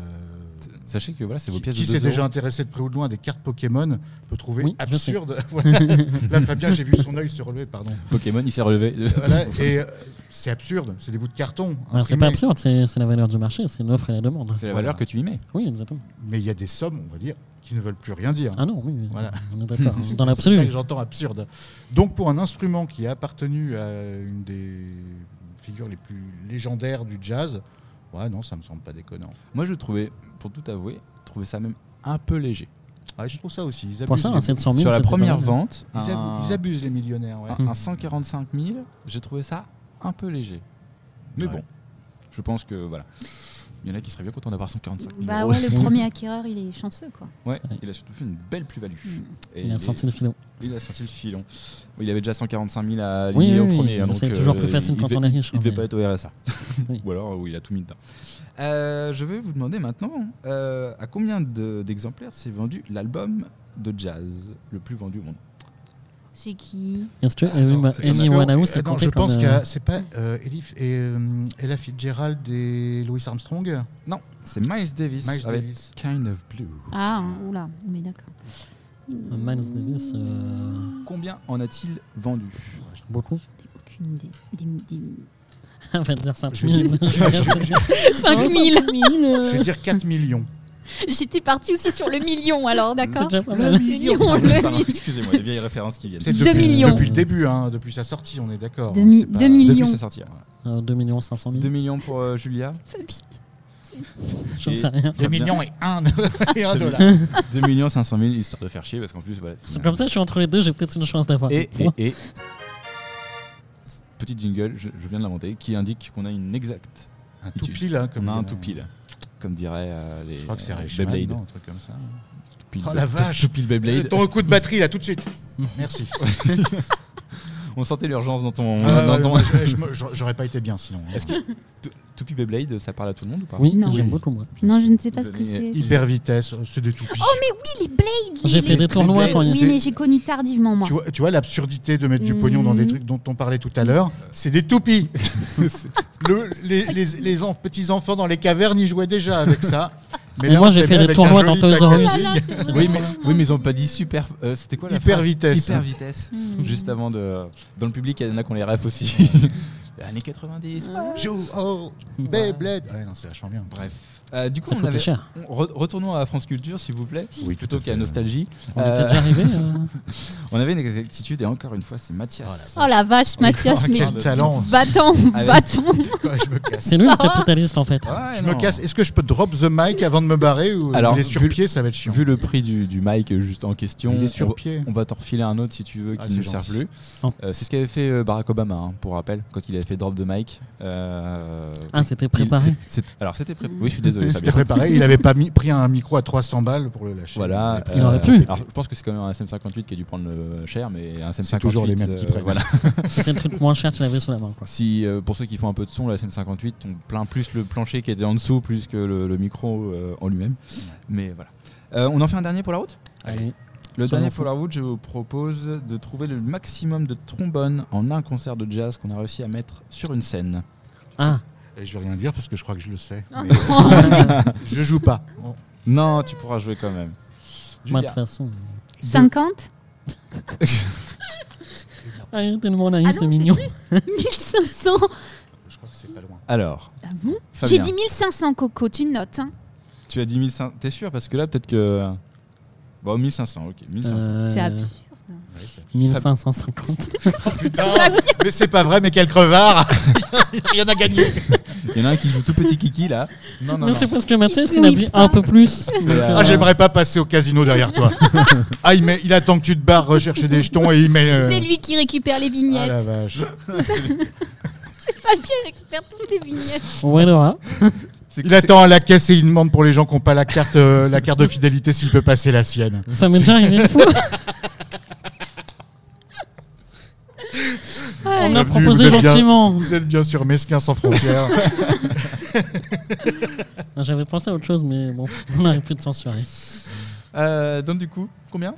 [SPEAKER 1] Sachez que voilà, c'est vos
[SPEAKER 5] qui
[SPEAKER 1] pièces
[SPEAKER 5] qui
[SPEAKER 1] de
[SPEAKER 5] s'est
[SPEAKER 1] 2
[SPEAKER 5] déjà intéressé de près ou de loin à des cartes Pokémon peut trouver
[SPEAKER 2] Oui, je sais.
[SPEAKER 5] absurde. (laughs) Voilà. Là, Fabien, j'ai vu son œil se relever, pardon.
[SPEAKER 1] Pokémon, il s'est relevé.
[SPEAKER 2] (laughs)
[SPEAKER 5] Voilà, et euh, c'est absurde, c'est des bouts de carton.
[SPEAKER 2] Alors, Ah, c'est
[SPEAKER 5] imprimés.
[SPEAKER 2] pas absurde, c'est c'est la valeur du marché, c'est l'offre et la demande.
[SPEAKER 1] C'est la valeur
[SPEAKER 5] Voilà.
[SPEAKER 1] que tu y mets.
[SPEAKER 2] Oui, exactement.
[SPEAKER 5] Mais il y a des sommes, on va dire, qui ne veulent plus rien dire.
[SPEAKER 2] Ah non, oui,
[SPEAKER 5] Voilà.
[SPEAKER 2] on est d'accord. Dans
[SPEAKER 5] C'est ça que
[SPEAKER 2] l'absolu.
[SPEAKER 5] j'entends absurde. Donc pour un instrument qui a appartenu à une des figures les plus légendaires du jazz, ouais non, ça me semble pas déconnant.
[SPEAKER 1] Moi, je trouvais, pour tout avouer, je trouvais ça même un peu léger.
[SPEAKER 5] Ouais, je trouve ça aussi. Ils abusent,
[SPEAKER 2] Pour ça, hein, un
[SPEAKER 5] les,
[SPEAKER 2] 700 000.
[SPEAKER 1] Sur la
[SPEAKER 2] c'était pas
[SPEAKER 1] première
[SPEAKER 2] mal.
[SPEAKER 1] vente,
[SPEAKER 5] ils ab-
[SPEAKER 1] un,
[SPEAKER 5] ils abusent, les millionnaires.
[SPEAKER 2] Ah.
[SPEAKER 1] un-
[SPEAKER 5] ouais.
[SPEAKER 1] un 145 000, j'ai trouvé ça un peu léger. Mais
[SPEAKER 5] Ouais.
[SPEAKER 1] bon, je pense que voilà. Il y en a qui seraient bien contents d'avoir 145 000
[SPEAKER 3] Bah
[SPEAKER 1] euros.
[SPEAKER 3] ouais, le
[SPEAKER 5] (laughs)
[SPEAKER 3] premier acquéreur, il est chanceux, quoi.
[SPEAKER 1] Ouais, il a surtout fait une belle plus-value.
[SPEAKER 3] Mm.
[SPEAKER 1] Et
[SPEAKER 2] Il a
[SPEAKER 1] est-
[SPEAKER 2] senti le filon.
[SPEAKER 1] il a sorti le filon. Il avait déjà 145 000 à
[SPEAKER 2] Oui,
[SPEAKER 1] aligner
[SPEAKER 2] oui,
[SPEAKER 1] au
[SPEAKER 2] oui,
[SPEAKER 1] premier. hein,
[SPEAKER 2] c'est
[SPEAKER 1] donc,
[SPEAKER 2] toujours
[SPEAKER 1] euh,
[SPEAKER 2] plus facile
[SPEAKER 1] il
[SPEAKER 2] quand
[SPEAKER 1] devait-
[SPEAKER 2] on est riche,
[SPEAKER 1] Il
[SPEAKER 2] hein,
[SPEAKER 1] devait
[SPEAKER 2] mais-
[SPEAKER 1] pas être au RSA.
[SPEAKER 2] Oui.
[SPEAKER 1] Ou alors, oui, il a tout mis dedans. Euh, je vais vous demander maintenant euh, à combien de- d'exemplaires s'est vendu l'album de jazz le plus vendu au monde
[SPEAKER 3] C'est qui
[SPEAKER 2] Est-ce que
[SPEAKER 5] Non,
[SPEAKER 2] Amy-
[SPEAKER 5] c'est-
[SPEAKER 2] Amy
[SPEAKER 5] parce que-
[SPEAKER 2] Winehouse est
[SPEAKER 5] Attends,
[SPEAKER 2] comptée
[SPEAKER 5] je pense
[SPEAKER 2] comme,
[SPEAKER 5] qu'il y
[SPEAKER 2] euh,
[SPEAKER 5] a- c'est pas euh, Elif et euh, Ella Fitzgerald et Louis Armstrong.
[SPEAKER 1] Non, c'est Miles Davis
[SPEAKER 5] Miles
[SPEAKER 1] avec
[SPEAKER 5] Davis.
[SPEAKER 1] Kind of Blue.
[SPEAKER 3] Ah, hein, oula, mais d'accord.
[SPEAKER 2] Miles Davis, euh,
[SPEAKER 1] Combien en a-t-il vendu
[SPEAKER 2] beaucoup.
[SPEAKER 3] J'ai Aucune idée. Des, des-
[SPEAKER 2] On va dire 5
[SPEAKER 5] Je vais
[SPEAKER 2] 000.
[SPEAKER 5] dire- je vais- je-
[SPEAKER 3] 5 000
[SPEAKER 5] je vais dire 4 millions.
[SPEAKER 3] J'étais partie aussi sur le million, alors,
[SPEAKER 2] C'est
[SPEAKER 3] d'accord
[SPEAKER 2] déjà pas
[SPEAKER 3] Le
[SPEAKER 2] mal.
[SPEAKER 3] million,
[SPEAKER 1] Pardon,
[SPEAKER 3] le
[SPEAKER 1] Excusez-moi, des vieilles références qui viennent.
[SPEAKER 5] C'est
[SPEAKER 3] Deux
[SPEAKER 5] depuis,
[SPEAKER 3] millions.
[SPEAKER 5] Depuis le début, hein, depuis sa sortie, on est d'accord.
[SPEAKER 3] Deux
[SPEAKER 5] hein,
[SPEAKER 3] mi-
[SPEAKER 5] c'est pas-
[SPEAKER 3] deux mi-
[SPEAKER 1] Depuis
[SPEAKER 3] million.
[SPEAKER 1] sa sortie. hein.
[SPEAKER 2] 2 500
[SPEAKER 1] 2
[SPEAKER 2] 000.
[SPEAKER 1] millions pour euh, Julia,
[SPEAKER 2] J'en
[SPEAKER 1] et-
[SPEAKER 2] sais rien.
[SPEAKER 5] Deux millions et un, et un
[SPEAKER 1] Deux
[SPEAKER 5] dollar.
[SPEAKER 1] 2 millions 500 000, histoire de faire chier, parce qu'en plus, voilà.
[SPEAKER 2] C'est comme ça, je suis entre les deux, j'ai peut-être une chance d'avoir.
[SPEAKER 1] Et,
[SPEAKER 2] Moi,
[SPEAKER 1] et, et- Petit jingle, je, je viens de l'inventer, qui indique qu'on a une exacte.
[SPEAKER 5] Un tout pile, hein, comme
[SPEAKER 1] on a un
[SPEAKER 5] dirait-
[SPEAKER 1] tout pile. euh, Comme dirait euh, les
[SPEAKER 5] Je crois que c'est
[SPEAKER 1] euh,
[SPEAKER 5] Reichmann,
[SPEAKER 1] Beyblade.
[SPEAKER 5] non, un truc comme ça.
[SPEAKER 1] Tout pile
[SPEAKER 5] Oh
[SPEAKER 1] Be- (laughs)
[SPEAKER 5] la vache
[SPEAKER 1] Tout pile Beyblade.
[SPEAKER 5] Ton coup de batterie là tout de suite. Merci.
[SPEAKER 1] (laughs) On sentait l'urgence dans ton.
[SPEAKER 5] Ah,
[SPEAKER 1] dans
[SPEAKER 5] ouais,
[SPEAKER 1] ton-
[SPEAKER 5] ouais, je- je me- j'a- J'aurais pas été bien sinon. hein.
[SPEAKER 1] Est-ce que Tout- (laughs) Tout pile Beyblade, ça parle à tout le monde ou pas
[SPEAKER 2] Oui,
[SPEAKER 3] Non.
[SPEAKER 2] j'aime
[SPEAKER 5] Oui.
[SPEAKER 2] beaucoup, moi.
[SPEAKER 3] Non, je ne sais pas
[SPEAKER 1] Vous
[SPEAKER 3] ce que
[SPEAKER 1] avez-
[SPEAKER 3] c'est.
[SPEAKER 5] Hyper vitesse, euh, c'est des toupies.
[SPEAKER 3] Oui, les Blades
[SPEAKER 2] J'ai
[SPEAKER 3] les-
[SPEAKER 2] fait des tournois quand il y
[SPEAKER 3] Oui,
[SPEAKER 5] C'est-
[SPEAKER 3] mais j'ai connu tardivement, moi.
[SPEAKER 5] Tu vois, tu vois l'absurdité de mettre du pognon dans des
[SPEAKER 3] Mhm.
[SPEAKER 5] trucs dont on parlait tout à l'heure, c'est des toupies. (laughs) Le- les les, les en- petits enfants dans les cavernes y jouaient déjà avec ça. Mais
[SPEAKER 2] Mais
[SPEAKER 5] là,
[SPEAKER 2] moi,
[SPEAKER 5] on
[SPEAKER 2] j'ai
[SPEAKER 5] te
[SPEAKER 2] fait
[SPEAKER 5] met
[SPEAKER 2] des
[SPEAKER 5] avec un
[SPEAKER 2] tournois
[SPEAKER 5] joli
[SPEAKER 2] d'Antosaurus.
[SPEAKER 5] paquet de
[SPEAKER 3] Voilà,
[SPEAKER 5] billes.
[SPEAKER 3] c'est- c'est
[SPEAKER 1] Oui
[SPEAKER 3] trop
[SPEAKER 1] mais,
[SPEAKER 3] mignon.
[SPEAKER 1] oui, mais ils ont pas dit super. euh, C'était quoi la
[SPEAKER 5] Hyper
[SPEAKER 1] phrase
[SPEAKER 5] vitesse.
[SPEAKER 1] Hyper vitesse. Hmm.
[SPEAKER 3] Mmh.
[SPEAKER 1] Juste avant de. Dans le public, il y en a qu'on les rêve (laughs) aussi. Années 90.
[SPEAKER 5] Joue, oh, Beyblade. Ouais, non, c'est vachement bien. Bref.
[SPEAKER 1] Euh, du coup,
[SPEAKER 2] Ça
[SPEAKER 1] on
[SPEAKER 2] coûtait
[SPEAKER 1] avait.
[SPEAKER 2] cher.
[SPEAKER 1] on- re- retournons à France Culture, s'il vous plaît,
[SPEAKER 5] Oui,
[SPEAKER 1] plutôt qu'à Nostalgie.
[SPEAKER 2] On
[SPEAKER 1] Euh, (laughs)
[SPEAKER 2] était déjà arrivé. euh,
[SPEAKER 1] On avait une exactitude et encore une fois, c'est Mathias.
[SPEAKER 3] Oh la vache, (laughs) Mathias, mais
[SPEAKER 5] quel talent.
[SPEAKER 3] va-t'en,
[SPEAKER 1] Avec-
[SPEAKER 3] va-t'en
[SPEAKER 5] Ouais, je me casse.
[SPEAKER 2] C'est lui
[SPEAKER 3] Ça
[SPEAKER 2] le
[SPEAKER 3] va
[SPEAKER 2] capitaliste, en fait.
[SPEAKER 1] Ouais,
[SPEAKER 5] Je me
[SPEAKER 1] non.
[SPEAKER 5] casse. Est-ce que je peux drop the mic avant de me barrer ou
[SPEAKER 1] Alors,
[SPEAKER 5] il est sur
[SPEAKER 1] vu-
[SPEAKER 5] pied, ça va être chiant.
[SPEAKER 1] Vu le prix du, du mic euh, juste en question,
[SPEAKER 5] il est
[SPEAKER 1] on
[SPEAKER 5] sur
[SPEAKER 1] va-
[SPEAKER 5] pied.
[SPEAKER 1] on va t'en refiler un autre si tu veux
[SPEAKER 5] Ah,
[SPEAKER 1] qui ne
[SPEAKER 5] c'est
[SPEAKER 1] nous sert
[SPEAKER 5] gentil.
[SPEAKER 1] plus.
[SPEAKER 2] Oh.
[SPEAKER 1] Euh, c'est ce qu'avait fait euh, Barack Obama, hein, pour rappel, quand il avait fait drop de mic. Euh,
[SPEAKER 2] Ah, c'était
[SPEAKER 1] il-
[SPEAKER 2] préparé.
[SPEAKER 1] c'est- c'est- alors c'était préparé. Oui, je suis désolé,
[SPEAKER 5] C'était
[SPEAKER 1] Fabien.
[SPEAKER 5] préparé. Il avait pas mis, pris un micro à 300 balles pour le lâcher.
[SPEAKER 1] Voilà. euh,
[SPEAKER 5] Il
[SPEAKER 2] Il aurait pu.
[SPEAKER 1] Alors, je pense que c'est quand même un SM58 qui a dû prendre le cher, mais un SM58.
[SPEAKER 5] toujours les mêmes qui prennent.
[SPEAKER 1] euh, voilà.
[SPEAKER 2] C'était le truc moins cher qu'il avait sous la main. quoi.
[SPEAKER 1] Si, euh, pour ceux qui font un peu de son, la SM58, on plaint plus le plancher qui était en dessous, plus que le, le micro euh, en lui-même. Mais voilà. Euh, on en fait un dernier pour la route
[SPEAKER 2] Allez.
[SPEAKER 1] Le
[SPEAKER 2] Soyons
[SPEAKER 1] dernier
[SPEAKER 2] fous.
[SPEAKER 1] pour la route, je vous propose de trouver le maximum de trombones en un concert de jazz qu'on a réussi à mettre sur une scène.
[SPEAKER 2] Ah,
[SPEAKER 5] Et je vais rien dire parce que je crois que je le sais.
[SPEAKER 3] Ah.
[SPEAKER 5] mais euh, je joue pas. Oh,
[SPEAKER 1] Non, tu pourras jouer quand même.
[SPEAKER 2] moi,
[SPEAKER 1] Julia,
[SPEAKER 2] de toute façon.
[SPEAKER 3] 50
[SPEAKER 2] Allez, tellement naïf,
[SPEAKER 3] Ah non,
[SPEAKER 2] c'est mignon.
[SPEAKER 3] 1500
[SPEAKER 5] Je crois que c'est pas loin.
[SPEAKER 1] Alors,
[SPEAKER 3] Ah bon J'ai
[SPEAKER 1] Fabien,
[SPEAKER 3] dit 1500, Coco, tu notes, hein
[SPEAKER 1] tu as dit 1500. T'es sûr Parce que là, peut-être que. Bon, 1500, ok. 1500.
[SPEAKER 2] Euh,
[SPEAKER 3] C'est absurde.
[SPEAKER 2] 1550.
[SPEAKER 5] Putain, mais c'est pas vrai, mais quel crevard Rien à gagner.
[SPEAKER 1] Il y en a un qui joue tout petit kiki (laughs) là. Non, non,
[SPEAKER 2] Non,
[SPEAKER 1] non.
[SPEAKER 2] c'est parce que Mathias, il
[SPEAKER 3] Il
[SPEAKER 2] a
[SPEAKER 3] sourit
[SPEAKER 2] pris
[SPEAKER 3] pas.
[SPEAKER 2] un peu plus.
[SPEAKER 1] Mais, euh,
[SPEAKER 5] Ah, j'aimerais pas passer au casino derrière toi. ah, il, met- il attend que tu te barres rechercher des jetons et il met. euh,
[SPEAKER 3] C'est lui qui récupère les
[SPEAKER 5] Ah la
[SPEAKER 3] vignettes.
[SPEAKER 5] vache.
[SPEAKER 3] Fabien récupère toutes les vignettes.
[SPEAKER 2] Ouais, Laura.
[SPEAKER 1] c'est-
[SPEAKER 5] Il attend à la caisse et il demande pour les gens qui n'ont pas la carte, euh, la carte de fidélité s'il peut passer la sienne.
[SPEAKER 2] Ça m'est déjà arrivé une
[SPEAKER 3] (laughs)
[SPEAKER 2] fois. On me l'a
[SPEAKER 5] Bienvenue,
[SPEAKER 2] proposé
[SPEAKER 5] vous êtes bien.
[SPEAKER 2] gentiment.
[SPEAKER 5] Vous êtes bien sûr mesquin sans frontières.
[SPEAKER 2] Ah, J'avais pensé à autre chose, mais bon, on n'arrive plus de censurer.
[SPEAKER 1] Euh, donc du coup, combien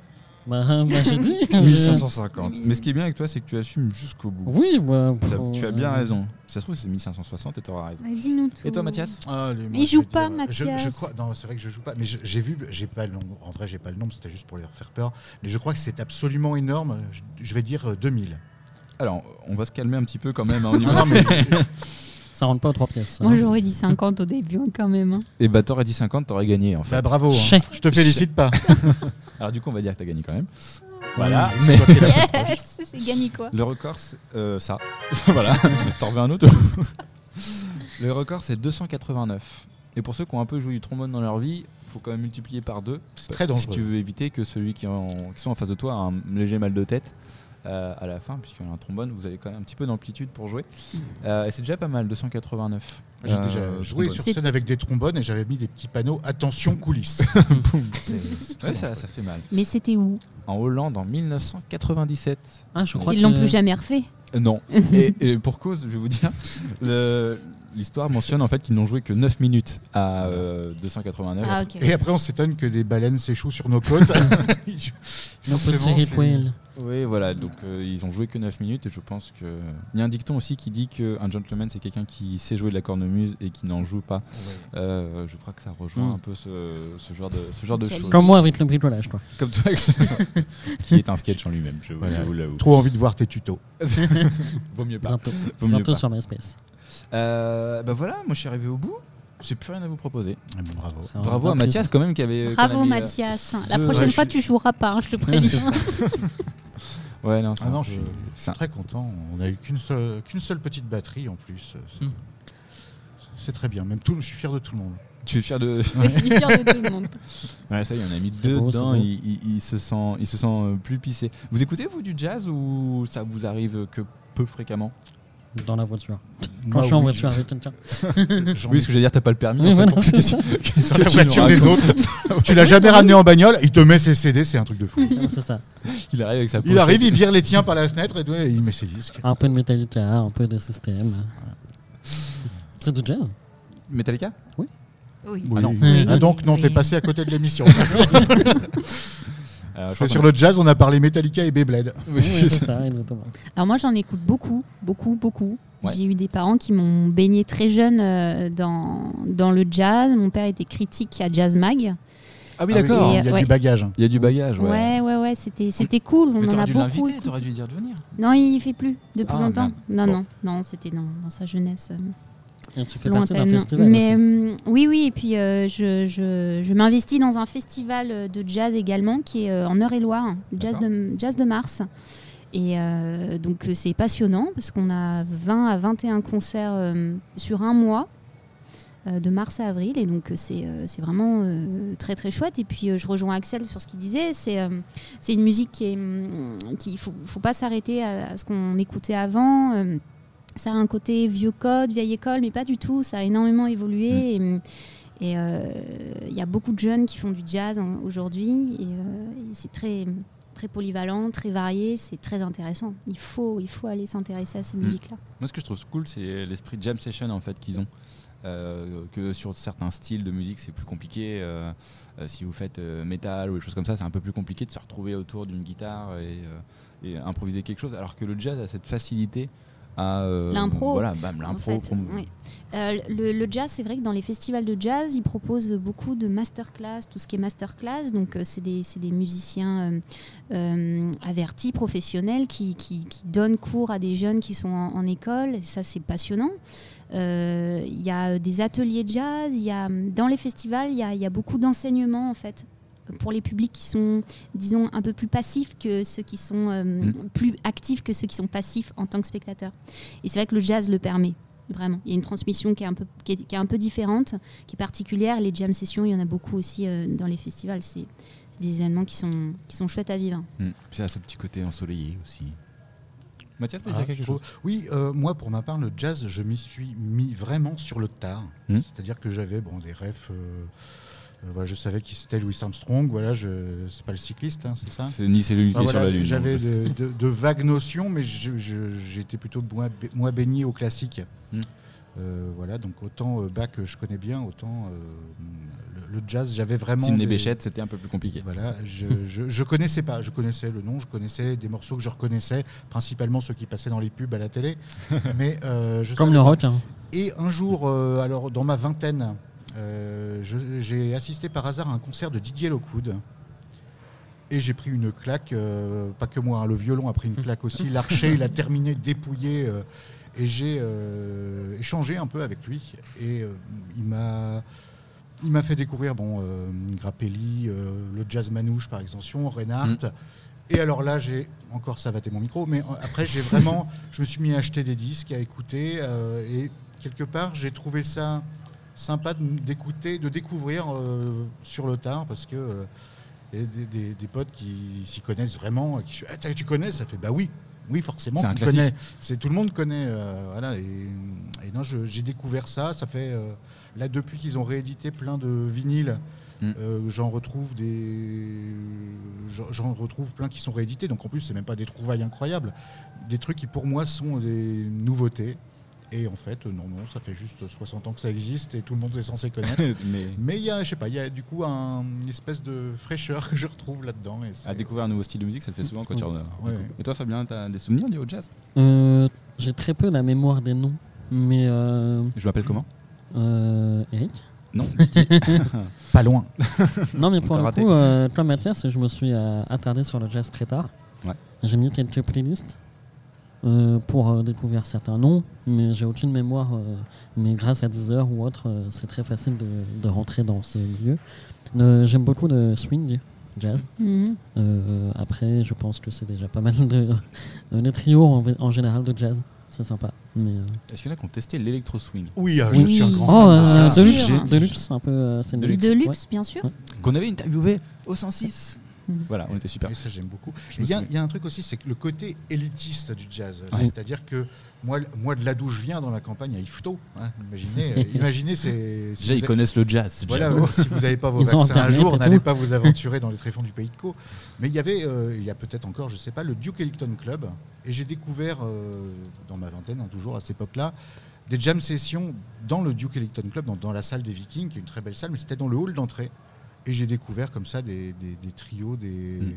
[SPEAKER 2] Bah, bah, j'ai dit.
[SPEAKER 1] Euh, 1550. Mais ce qui est bien avec toi, c'est que tu assumes jusqu'au
[SPEAKER 2] j'ai-
[SPEAKER 1] bout.
[SPEAKER 2] Oui, bah,
[SPEAKER 1] Ça-
[SPEAKER 2] pour-
[SPEAKER 1] tu as bien raison. Si ça se trouve, c'est 1560 et t'auras raison.
[SPEAKER 3] Bah, Dis-nous tout.
[SPEAKER 1] Et toi, Mathias
[SPEAKER 5] Allez, moi,
[SPEAKER 3] Il
[SPEAKER 5] Ah, je
[SPEAKER 3] joue
[SPEAKER 5] vais
[SPEAKER 3] pas,
[SPEAKER 5] dire, je-
[SPEAKER 3] Mathias.
[SPEAKER 5] Je, crois, non, c'est vrai que je joue pas, mais je- j'ai vu, j'ai pas le nombre. En vrai, j'ai pas le nombre, c'était juste pour leur faire peur. Mais je crois que c'est absolument énorme. Je, je vais dire euh, 2000.
[SPEAKER 1] Alors, on va se calmer un petit peu quand même. hein, au niveau-
[SPEAKER 5] Ah, non,
[SPEAKER 1] (laughs)
[SPEAKER 5] mais-
[SPEAKER 2] Ça rentre pas aux trois pièces. hein.
[SPEAKER 3] Moi, j'aurais dit 50 au début, hein, quand même. hein.
[SPEAKER 1] Et bah, t'aurais dit 50, t'aurais gagné en fait.
[SPEAKER 5] bah, bravo. hein.
[SPEAKER 2] Chèque.
[SPEAKER 5] Je te félicite
[SPEAKER 1] (laughs)
[SPEAKER 5] pas.
[SPEAKER 1] Alors, du coup, on va dire que t'as gagné quand même.
[SPEAKER 5] (laughs)
[SPEAKER 1] Voilà.
[SPEAKER 5] C'est
[SPEAKER 1] Mais
[SPEAKER 5] toi qui l'as
[SPEAKER 3] (laughs)
[SPEAKER 5] fait.
[SPEAKER 3] Yes, j'ai gagné quoi
[SPEAKER 1] le record, c'est euh, ça. (laughs)
[SPEAKER 5] (laughs)
[SPEAKER 1] voilà. T'en veux un autre (laughs) Le record, c'est 289. Et pour ceux qui ont un peu joué du trombone dans leur vie, faut quand même multiplier par deux.
[SPEAKER 5] C'est très
[SPEAKER 1] Si tu
[SPEAKER 5] dangereux.
[SPEAKER 1] veux éviter que celui qui, en- qui soit en face de toi a un léger mal de tête euh, à la fin, puisqu'il y a un trombone, vous avez quand même un petit peu d'amplitude pour jouer. Euh, et c'est déjà pas mal, 289.
[SPEAKER 5] Mm. J'ai
[SPEAKER 1] euh,
[SPEAKER 5] déjà joué
[SPEAKER 1] trombone.
[SPEAKER 5] sur
[SPEAKER 3] C'est-
[SPEAKER 5] scène avec des trombones et j'avais mis des petits panneaux attention coulisses. C'est- c'est très
[SPEAKER 1] Ouais, ça,
[SPEAKER 5] dangereux.
[SPEAKER 1] ça fait mal.
[SPEAKER 3] Mais c'était où
[SPEAKER 1] En Hollande, en 1997.
[SPEAKER 2] Ah, je crois
[SPEAKER 3] Ils l'ont
[SPEAKER 2] que-
[SPEAKER 3] plus jamais refait.
[SPEAKER 1] Euh,
[SPEAKER 3] (laughs)
[SPEAKER 1] Non. et, et pour cause, je vais vous dire, le- l'histoire mentionne en fait qu'ils n'ont joué que 9 minutes à euh, 289.
[SPEAKER 3] Ah, ok.
[SPEAKER 5] Et après, on s'étonne que des baleines s'échouent sur nos côtes. (laughs)
[SPEAKER 2] Le
[SPEAKER 5] Forcément,
[SPEAKER 2] petit
[SPEAKER 5] c'est-
[SPEAKER 2] Ripwell.
[SPEAKER 1] Oui, voilà, donc euh, ils ont joué que 9 minutes et je pense que. Il y a un dicton aussi qui dit qu'un gentleman c'est quelqu'un qui sait jouer de la cornemuse et qui n'en joue pas. Euh, je crois que ça rejoint
[SPEAKER 2] Mm.
[SPEAKER 1] un peu ce, ce genre de, ce genre de
[SPEAKER 3] Quel-
[SPEAKER 1] choses.
[SPEAKER 2] Comme moi avec le bricolage, toi.
[SPEAKER 1] Comme toi,
[SPEAKER 3] (laughs)
[SPEAKER 1] qui est un sketch en lui-même, je,
[SPEAKER 5] Voilà.
[SPEAKER 1] je vous l'avoue.
[SPEAKER 5] Trop envie de voir tes tutos.
[SPEAKER 1] Vaut mieux pas.
[SPEAKER 2] Bientôt,
[SPEAKER 1] Bah, Vaut mieux
[SPEAKER 2] bientôt
[SPEAKER 1] pas.
[SPEAKER 2] sur MySpace.
[SPEAKER 1] Euh, bah voilà, moi je suis arrivé au bout. J'ai plus rien à vous proposer.
[SPEAKER 5] Ah, mais Bravo.
[SPEAKER 2] Alors,
[SPEAKER 1] Bravo à
[SPEAKER 2] bien
[SPEAKER 1] Mathias quand même qui avait. qu'on a
[SPEAKER 3] Bravo
[SPEAKER 1] mis, euh,
[SPEAKER 3] Mathias. La
[SPEAKER 1] je-
[SPEAKER 3] prochaine
[SPEAKER 1] ouais,
[SPEAKER 3] fois,
[SPEAKER 1] je
[SPEAKER 3] tu joueras pas, hein, je te préviens.
[SPEAKER 1] Ouais, non, c'est
[SPEAKER 5] Ah
[SPEAKER 1] un
[SPEAKER 5] non,
[SPEAKER 1] peu-
[SPEAKER 5] je suis
[SPEAKER 1] c'est un-
[SPEAKER 5] très content. On a eu qu'une seule, qu'une seule petite batterie en plus. C'est-
[SPEAKER 2] Hmm.
[SPEAKER 5] C'est très bien. Même tout, je suis fier de tout le monde.
[SPEAKER 1] Tu es fier de. (laughs)
[SPEAKER 3] (laughs) Il est fier de tout le monde.
[SPEAKER 1] Voilà, ça, il y en a mis
[SPEAKER 2] C'est
[SPEAKER 1] deux
[SPEAKER 2] beau, c'est
[SPEAKER 1] dedans.
[SPEAKER 2] beau.
[SPEAKER 1] Il, il- il se sent, il se sent euh, plus pissé. Vous écoutez vous du jazz ou ça vous arrive que peu fréquemment
[SPEAKER 2] triste. Dans la voiture.
[SPEAKER 1] Bah
[SPEAKER 2] Quand
[SPEAKER 5] Moi,
[SPEAKER 2] je suis en
[SPEAKER 5] oui,
[SPEAKER 2] voiture
[SPEAKER 1] (laughs)
[SPEAKER 2] avec quelqu'un.
[SPEAKER 5] (laughs) j'en
[SPEAKER 1] Oui, parce que j'allais dire, t'as pas le permis.
[SPEAKER 2] Oui,
[SPEAKER 1] en fait,
[SPEAKER 2] voilà,
[SPEAKER 1] pour-
[SPEAKER 2] c'est
[SPEAKER 1] qu'est-ce
[SPEAKER 2] ça.
[SPEAKER 1] que- qu'est-ce
[SPEAKER 5] Sur
[SPEAKER 1] que
[SPEAKER 5] la
[SPEAKER 1] tu nous
[SPEAKER 5] voiture des
[SPEAKER 1] racontes
[SPEAKER 5] (laughs) autres. tu l'as jamais ramené en bagnole, il te met ses CD, c'est un truc de fou.
[SPEAKER 2] Ah, C'est ça.
[SPEAKER 1] Il arrive avec sa.
[SPEAKER 5] Il arrive, il vire les tiens par la fenêtre et, tout, et il met ses disques.
[SPEAKER 2] Un peu de Metallica, un peu de System. C'est du jazz
[SPEAKER 1] Metallica.
[SPEAKER 3] Oui.
[SPEAKER 5] Ah, non.
[SPEAKER 2] Oui.
[SPEAKER 5] Ah donc non,
[SPEAKER 3] Oui.
[SPEAKER 5] t'es passé à côté de (laughs) l'émission.
[SPEAKER 1] Euh, je crois
[SPEAKER 5] C'est
[SPEAKER 1] qu'on
[SPEAKER 5] sur le jazz, on a parlé Metallica et Beyblade. Ah
[SPEAKER 2] Oui, c'est ça, exactement.
[SPEAKER 3] Alors moi, j'en écoute beaucoup, beaucoup, beaucoup.
[SPEAKER 1] Ouais.
[SPEAKER 3] J'ai eu des parents qui m'ont baigné très jeune euh, dans, dans le jazz. Mon père était critique à Jazz Mag.
[SPEAKER 1] Ah oui,
[SPEAKER 5] Ah
[SPEAKER 1] d'accord.
[SPEAKER 5] oui,
[SPEAKER 3] Et,
[SPEAKER 5] Il y a
[SPEAKER 3] ouais.
[SPEAKER 5] du bagage.
[SPEAKER 1] Il y a du bagage, ouais.
[SPEAKER 3] Ouais, ouais, ouais, c'était, c'était cool. On
[SPEAKER 1] Mais
[SPEAKER 3] en
[SPEAKER 1] t'aurais
[SPEAKER 3] a
[SPEAKER 1] dû
[SPEAKER 3] beaucoup.
[SPEAKER 1] l'inviter, t'aurais dû lui dire de venir.
[SPEAKER 3] Non, il fait plus depuis
[SPEAKER 1] Ah,
[SPEAKER 3] longtemps. Non,
[SPEAKER 1] Bon.
[SPEAKER 3] non, non, c'était dans, dans sa jeunesse. euh,
[SPEAKER 2] Et tu fais partie d'un
[SPEAKER 3] lointaine.
[SPEAKER 2] festival
[SPEAKER 3] Mais
[SPEAKER 2] aussi.
[SPEAKER 3] euh, oui, oui, et puis euh, je, je- je m'investis dans un festival euh, de jazz également qui est euh, en Eure-et-Loire, hein, jazz de, jazz de Mars. Et euh, donc euh, c'est passionnant parce qu'on a 20 à 21 concerts euh, sur un mois. euh, de mars à avril et donc euh, c'est euh, c'est vraiment euh, très très chouette et puis euh, je rejoins Axel sur ce qu'il disait c'est euh, c'est une musique qui est hum, qui faut, faut pas s'arrêter à, à ce qu'on écoutait avant euh, ça a un côté vieux code, vieille école, mais pas du tout. Ça a énormément évolué. Et et, euh, il y a beaucoup de jeunes qui font du jazz hein, aujourd'hui. Et, euh, et c'est très, très polyvalent, très varié. C'est très intéressant. Il faut, il faut aller s'intéresser à ces musiques-là.
[SPEAKER 1] Moi, ce que je trouve cool, c'est l'esprit jam session en fait qu'ils ont. Euh, que sur certains styles de musique, c'est plus compliqué. euh, euh, si vous faites euh, métal ou des choses comme ça, c'est un peu plus compliqué de se retrouver autour d'une guitare et, euh, et improviser quelque chose. Alors que le jazz a cette facilité à euh,
[SPEAKER 3] L'impro,
[SPEAKER 1] Voilà, bam,
[SPEAKER 3] en
[SPEAKER 1] l'impro.
[SPEAKER 3] fait,
[SPEAKER 1] prom-
[SPEAKER 3] oui. Euh, le, le jazz, c'est vrai que dans les festivals de jazz, ils proposent beaucoup de masterclass, tout ce qui est masterclass. Donc, euh, c'est des, c'est des musiciens euh, euh, avertis, professionnels, qui, qui- qui donnent cours à des jeunes qui sont en, en école. Et ça, c'est passionnant. Euh, Il y a des ateliers de jazz. Il y a, dans les festivals, il y a, il y a beaucoup d'enseignements, en fait. Pour les publics qui sont, disons, un peu plus passifs que ceux qui sont euh,
[SPEAKER 1] Mm.
[SPEAKER 3] plus actifs que ceux qui sont passifs en tant que spectateurs. Et c'est vrai que le jazz le permet. Vraiment. Il y a une transmission qui est un peu, qui est, qui est un peu différente, qui est particulière. Les jam sessions, il y en a beaucoup aussi euh, dans les festivals. C'est c'est des événements qui sont, qui sont chouettes à vivre.
[SPEAKER 1] Hmm. Ça a ce petit côté ensoleillé aussi. Mathias, tu as
[SPEAKER 5] Ah, je trouve- Oui, euh, moi, pour ma part, le jazz, je m'y suis mis vraiment sur le tard.
[SPEAKER 1] Hmm.
[SPEAKER 5] C'est-à-dire que j'avais bon, des refs. euh, euh, voilà, je savais qui c'était Louis Armstrong. Voilà, je... c'est pas le cycliste, hein, c'est ça
[SPEAKER 1] C'est ni c'est lui qui
[SPEAKER 5] Ah,
[SPEAKER 1] est
[SPEAKER 5] voilà,
[SPEAKER 1] sur la lune.
[SPEAKER 5] J'avais
[SPEAKER 1] en fait.
[SPEAKER 5] de, de- de vagues notions, mais je- je- j'étais plutôt moins, bé- moins baigné au classique.
[SPEAKER 1] Hmm.
[SPEAKER 5] Euh, voilà, donc autant euh, Bach euh, je connais bien, autant euh, le, le jazz, j'avais vraiment.
[SPEAKER 1] Sidney
[SPEAKER 5] des-
[SPEAKER 1] Béchette, c'était un peu plus
[SPEAKER 5] (laughs)
[SPEAKER 1] compliqué.
[SPEAKER 5] Voilà, je, je, je connaissais pas, je connaissais le nom, je connaissais des morceaux que je reconnaissais, principalement ceux qui passaient dans les pubs à la
[SPEAKER 1] (laughs)
[SPEAKER 5] télé. mais euh, je
[SPEAKER 2] Comme
[SPEAKER 5] savais
[SPEAKER 2] le
[SPEAKER 5] pas.
[SPEAKER 2] rock. hein.
[SPEAKER 5] Et un jour, euh, alors dans ma vingtaine, euh, je- j'ai assisté par hasard à un concert de Didier Lockwood. Et j'ai pris une claque, euh, pas que moi, hein, le violon a pris une claque aussi. L'archer, il a terminé dépouillé. euh, et j'ai euh, échangé un peu avec lui. Et euh, il m'a. Il m'a fait découvrir bon, euh, Grappelli, euh, le jazz manouche par extension, Reinhardt. Et alors là, j'ai encore savaté mon micro, mais euh, après, j'ai vraiment, je me suis mis à acheter des disques, à écouter, euh, et quelque part, j'ai trouvé ça sympa de- d'écouter, de découvrir euh, sur le tard, parce que euh, y a des, des- des potes qui s'y connaissent vraiment, et qui je fais, Ah, t'as- tu connais Ça fait bah oui, oui forcément,
[SPEAKER 1] C'est un
[SPEAKER 5] tu
[SPEAKER 1] classique.
[SPEAKER 5] connais. C'est tout le monde connaît, euh, voilà. Et, et non, je- j'ai découvert ça. Ça fait euh, là depuis qu'ils ont réédité plein de vinyles.
[SPEAKER 1] Mm.
[SPEAKER 5] euh, j'en retrouve des j'en- j'en retrouve plein qui sont réédités donc en plus c'est même pas des trouvailles incroyables des trucs qui pour moi sont des nouveautés et en fait, euh, non, non, ça fait juste 60 ans que ça existe et tout le monde est censé connaître.
[SPEAKER 1] (laughs) Mais
[SPEAKER 5] Mais il y a, je sais pas, il y a du coup un, une espèce de fraîcheur que je retrouve là-dedans. et c'est-
[SPEAKER 1] à découvrir un nouveau style de musique, ça le fait souvent quand tu en as.
[SPEAKER 5] Ouais.
[SPEAKER 1] Et toi, Fabien, t'as des souvenirs liés au jazz
[SPEAKER 2] Euh, J'ai très peu la mémoire des noms, mais euh,
[SPEAKER 1] Je m'appelle comment
[SPEAKER 2] euh, Eric.
[SPEAKER 1] (clears throat) Non,
[SPEAKER 5] Pas loin.
[SPEAKER 2] Non, mais
[SPEAKER 1] On
[SPEAKER 2] pour
[SPEAKER 1] t'a
[SPEAKER 2] le
[SPEAKER 1] raté.
[SPEAKER 2] coup, euh, toi, Mathias, je me suis euh, attardé sur le jazz très tard.
[SPEAKER 1] Ouais.
[SPEAKER 2] J'ai mis quelques playlists euh, pour euh, découvrir certains noms, mais j'ai aucune mémoire. euh, mais grâce à Deezer ou autre, euh, c'est très facile de, de rentrer dans ce milieu. Euh, J'aime beaucoup le swing jazz.
[SPEAKER 3] Mhm.
[SPEAKER 2] Euh, après, je pense que c'est déjà pas mal de. euh, les trios en, en général de jazz, c'est sympa. Mais, euh,
[SPEAKER 1] est-ce qu'il y en a qui ont testé l'électro-swing
[SPEAKER 5] Oui, euh, je
[SPEAKER 3] Oui.
[SPEAKER 5] suis un grand
[SPEAKER 2] Oh,
[SPEAKER 1] bah,
[SPEAKER 5] fan.
[SPEAKER 2] euh,
[SPEAKER 3] Ah, c'est
[SPEAKER 2] Deluxe,
[SPEAKER 3] sûr.
[SPEAKER 2] Deluxe, un peu. euh, c'est
[SPEAKER 1] Deluxe.
[SPEAKER 3] De
[SPEAKER 2] Ouais.
[SPEAKER 3] luxe, bien sûr.
[SPEAKER 1] Qu'on avait interviewé au 106 Voilà, on était super.
[SPEAKER 5] Et ça, j'aime beaucoup.
[SPEAKER 1] Je me
[SPEAKER 5] Il y, a-
[SPEAKER 1] souviens.
[SPEAKER 5] il y a un truc aussi, c'est que le côté élitiste du jazz.
[SPEAKER 2] Ouais.
[SPEAKER 5] C'est-à-dire que moi, moi, de là d'où je viens, dans la campagne, à Yvetot, hein, imaginez,
[SPEAKER 1] (laughs)
[SPEAKER 5] euh, imaginez c'est. si
[SPEAKER 1] Déjà,
[SPEAKER 5] vous
[SPEAKER 1] ils
[SPEAKER 5] êtes-
[SPEAKER 1] connaissent le jazz. c'est
[SPEAKER 5] Voilà,
[SPEAKER 1] déjà
[SPEAKER 5] euh, si vous n'avez pas vos
[SPEAKER 2] Ils ont
[SPEAKER 5] vaccins un
[SPEAKER 2] Internet
[SPEAKER 5] jour,
[SPEAKER 2] et
[SPEAKER 5] n'allez
[SPEAKER 2] tout.
[SPEAKER 5] pas vous aventurer dans les tréfonds du pays de Caux. Mais il y avait, euh, il y a peut-être encore, je ne sais pas, le Duke Ellington Club. Et j'ai découvert, euh, dans ma vingtaine, hein, toujours à cette époque-là, des jam sessions dans le Duke Ellington Club, dans, dans la salle des Vikings, qui est une très belle salle, mais c'était dans le hall d'entrée. Et j'ai découvert comme ça des, des- des trios, des.
[SPEAKER 2] Hmm.
[SPEAKER 1] Mm.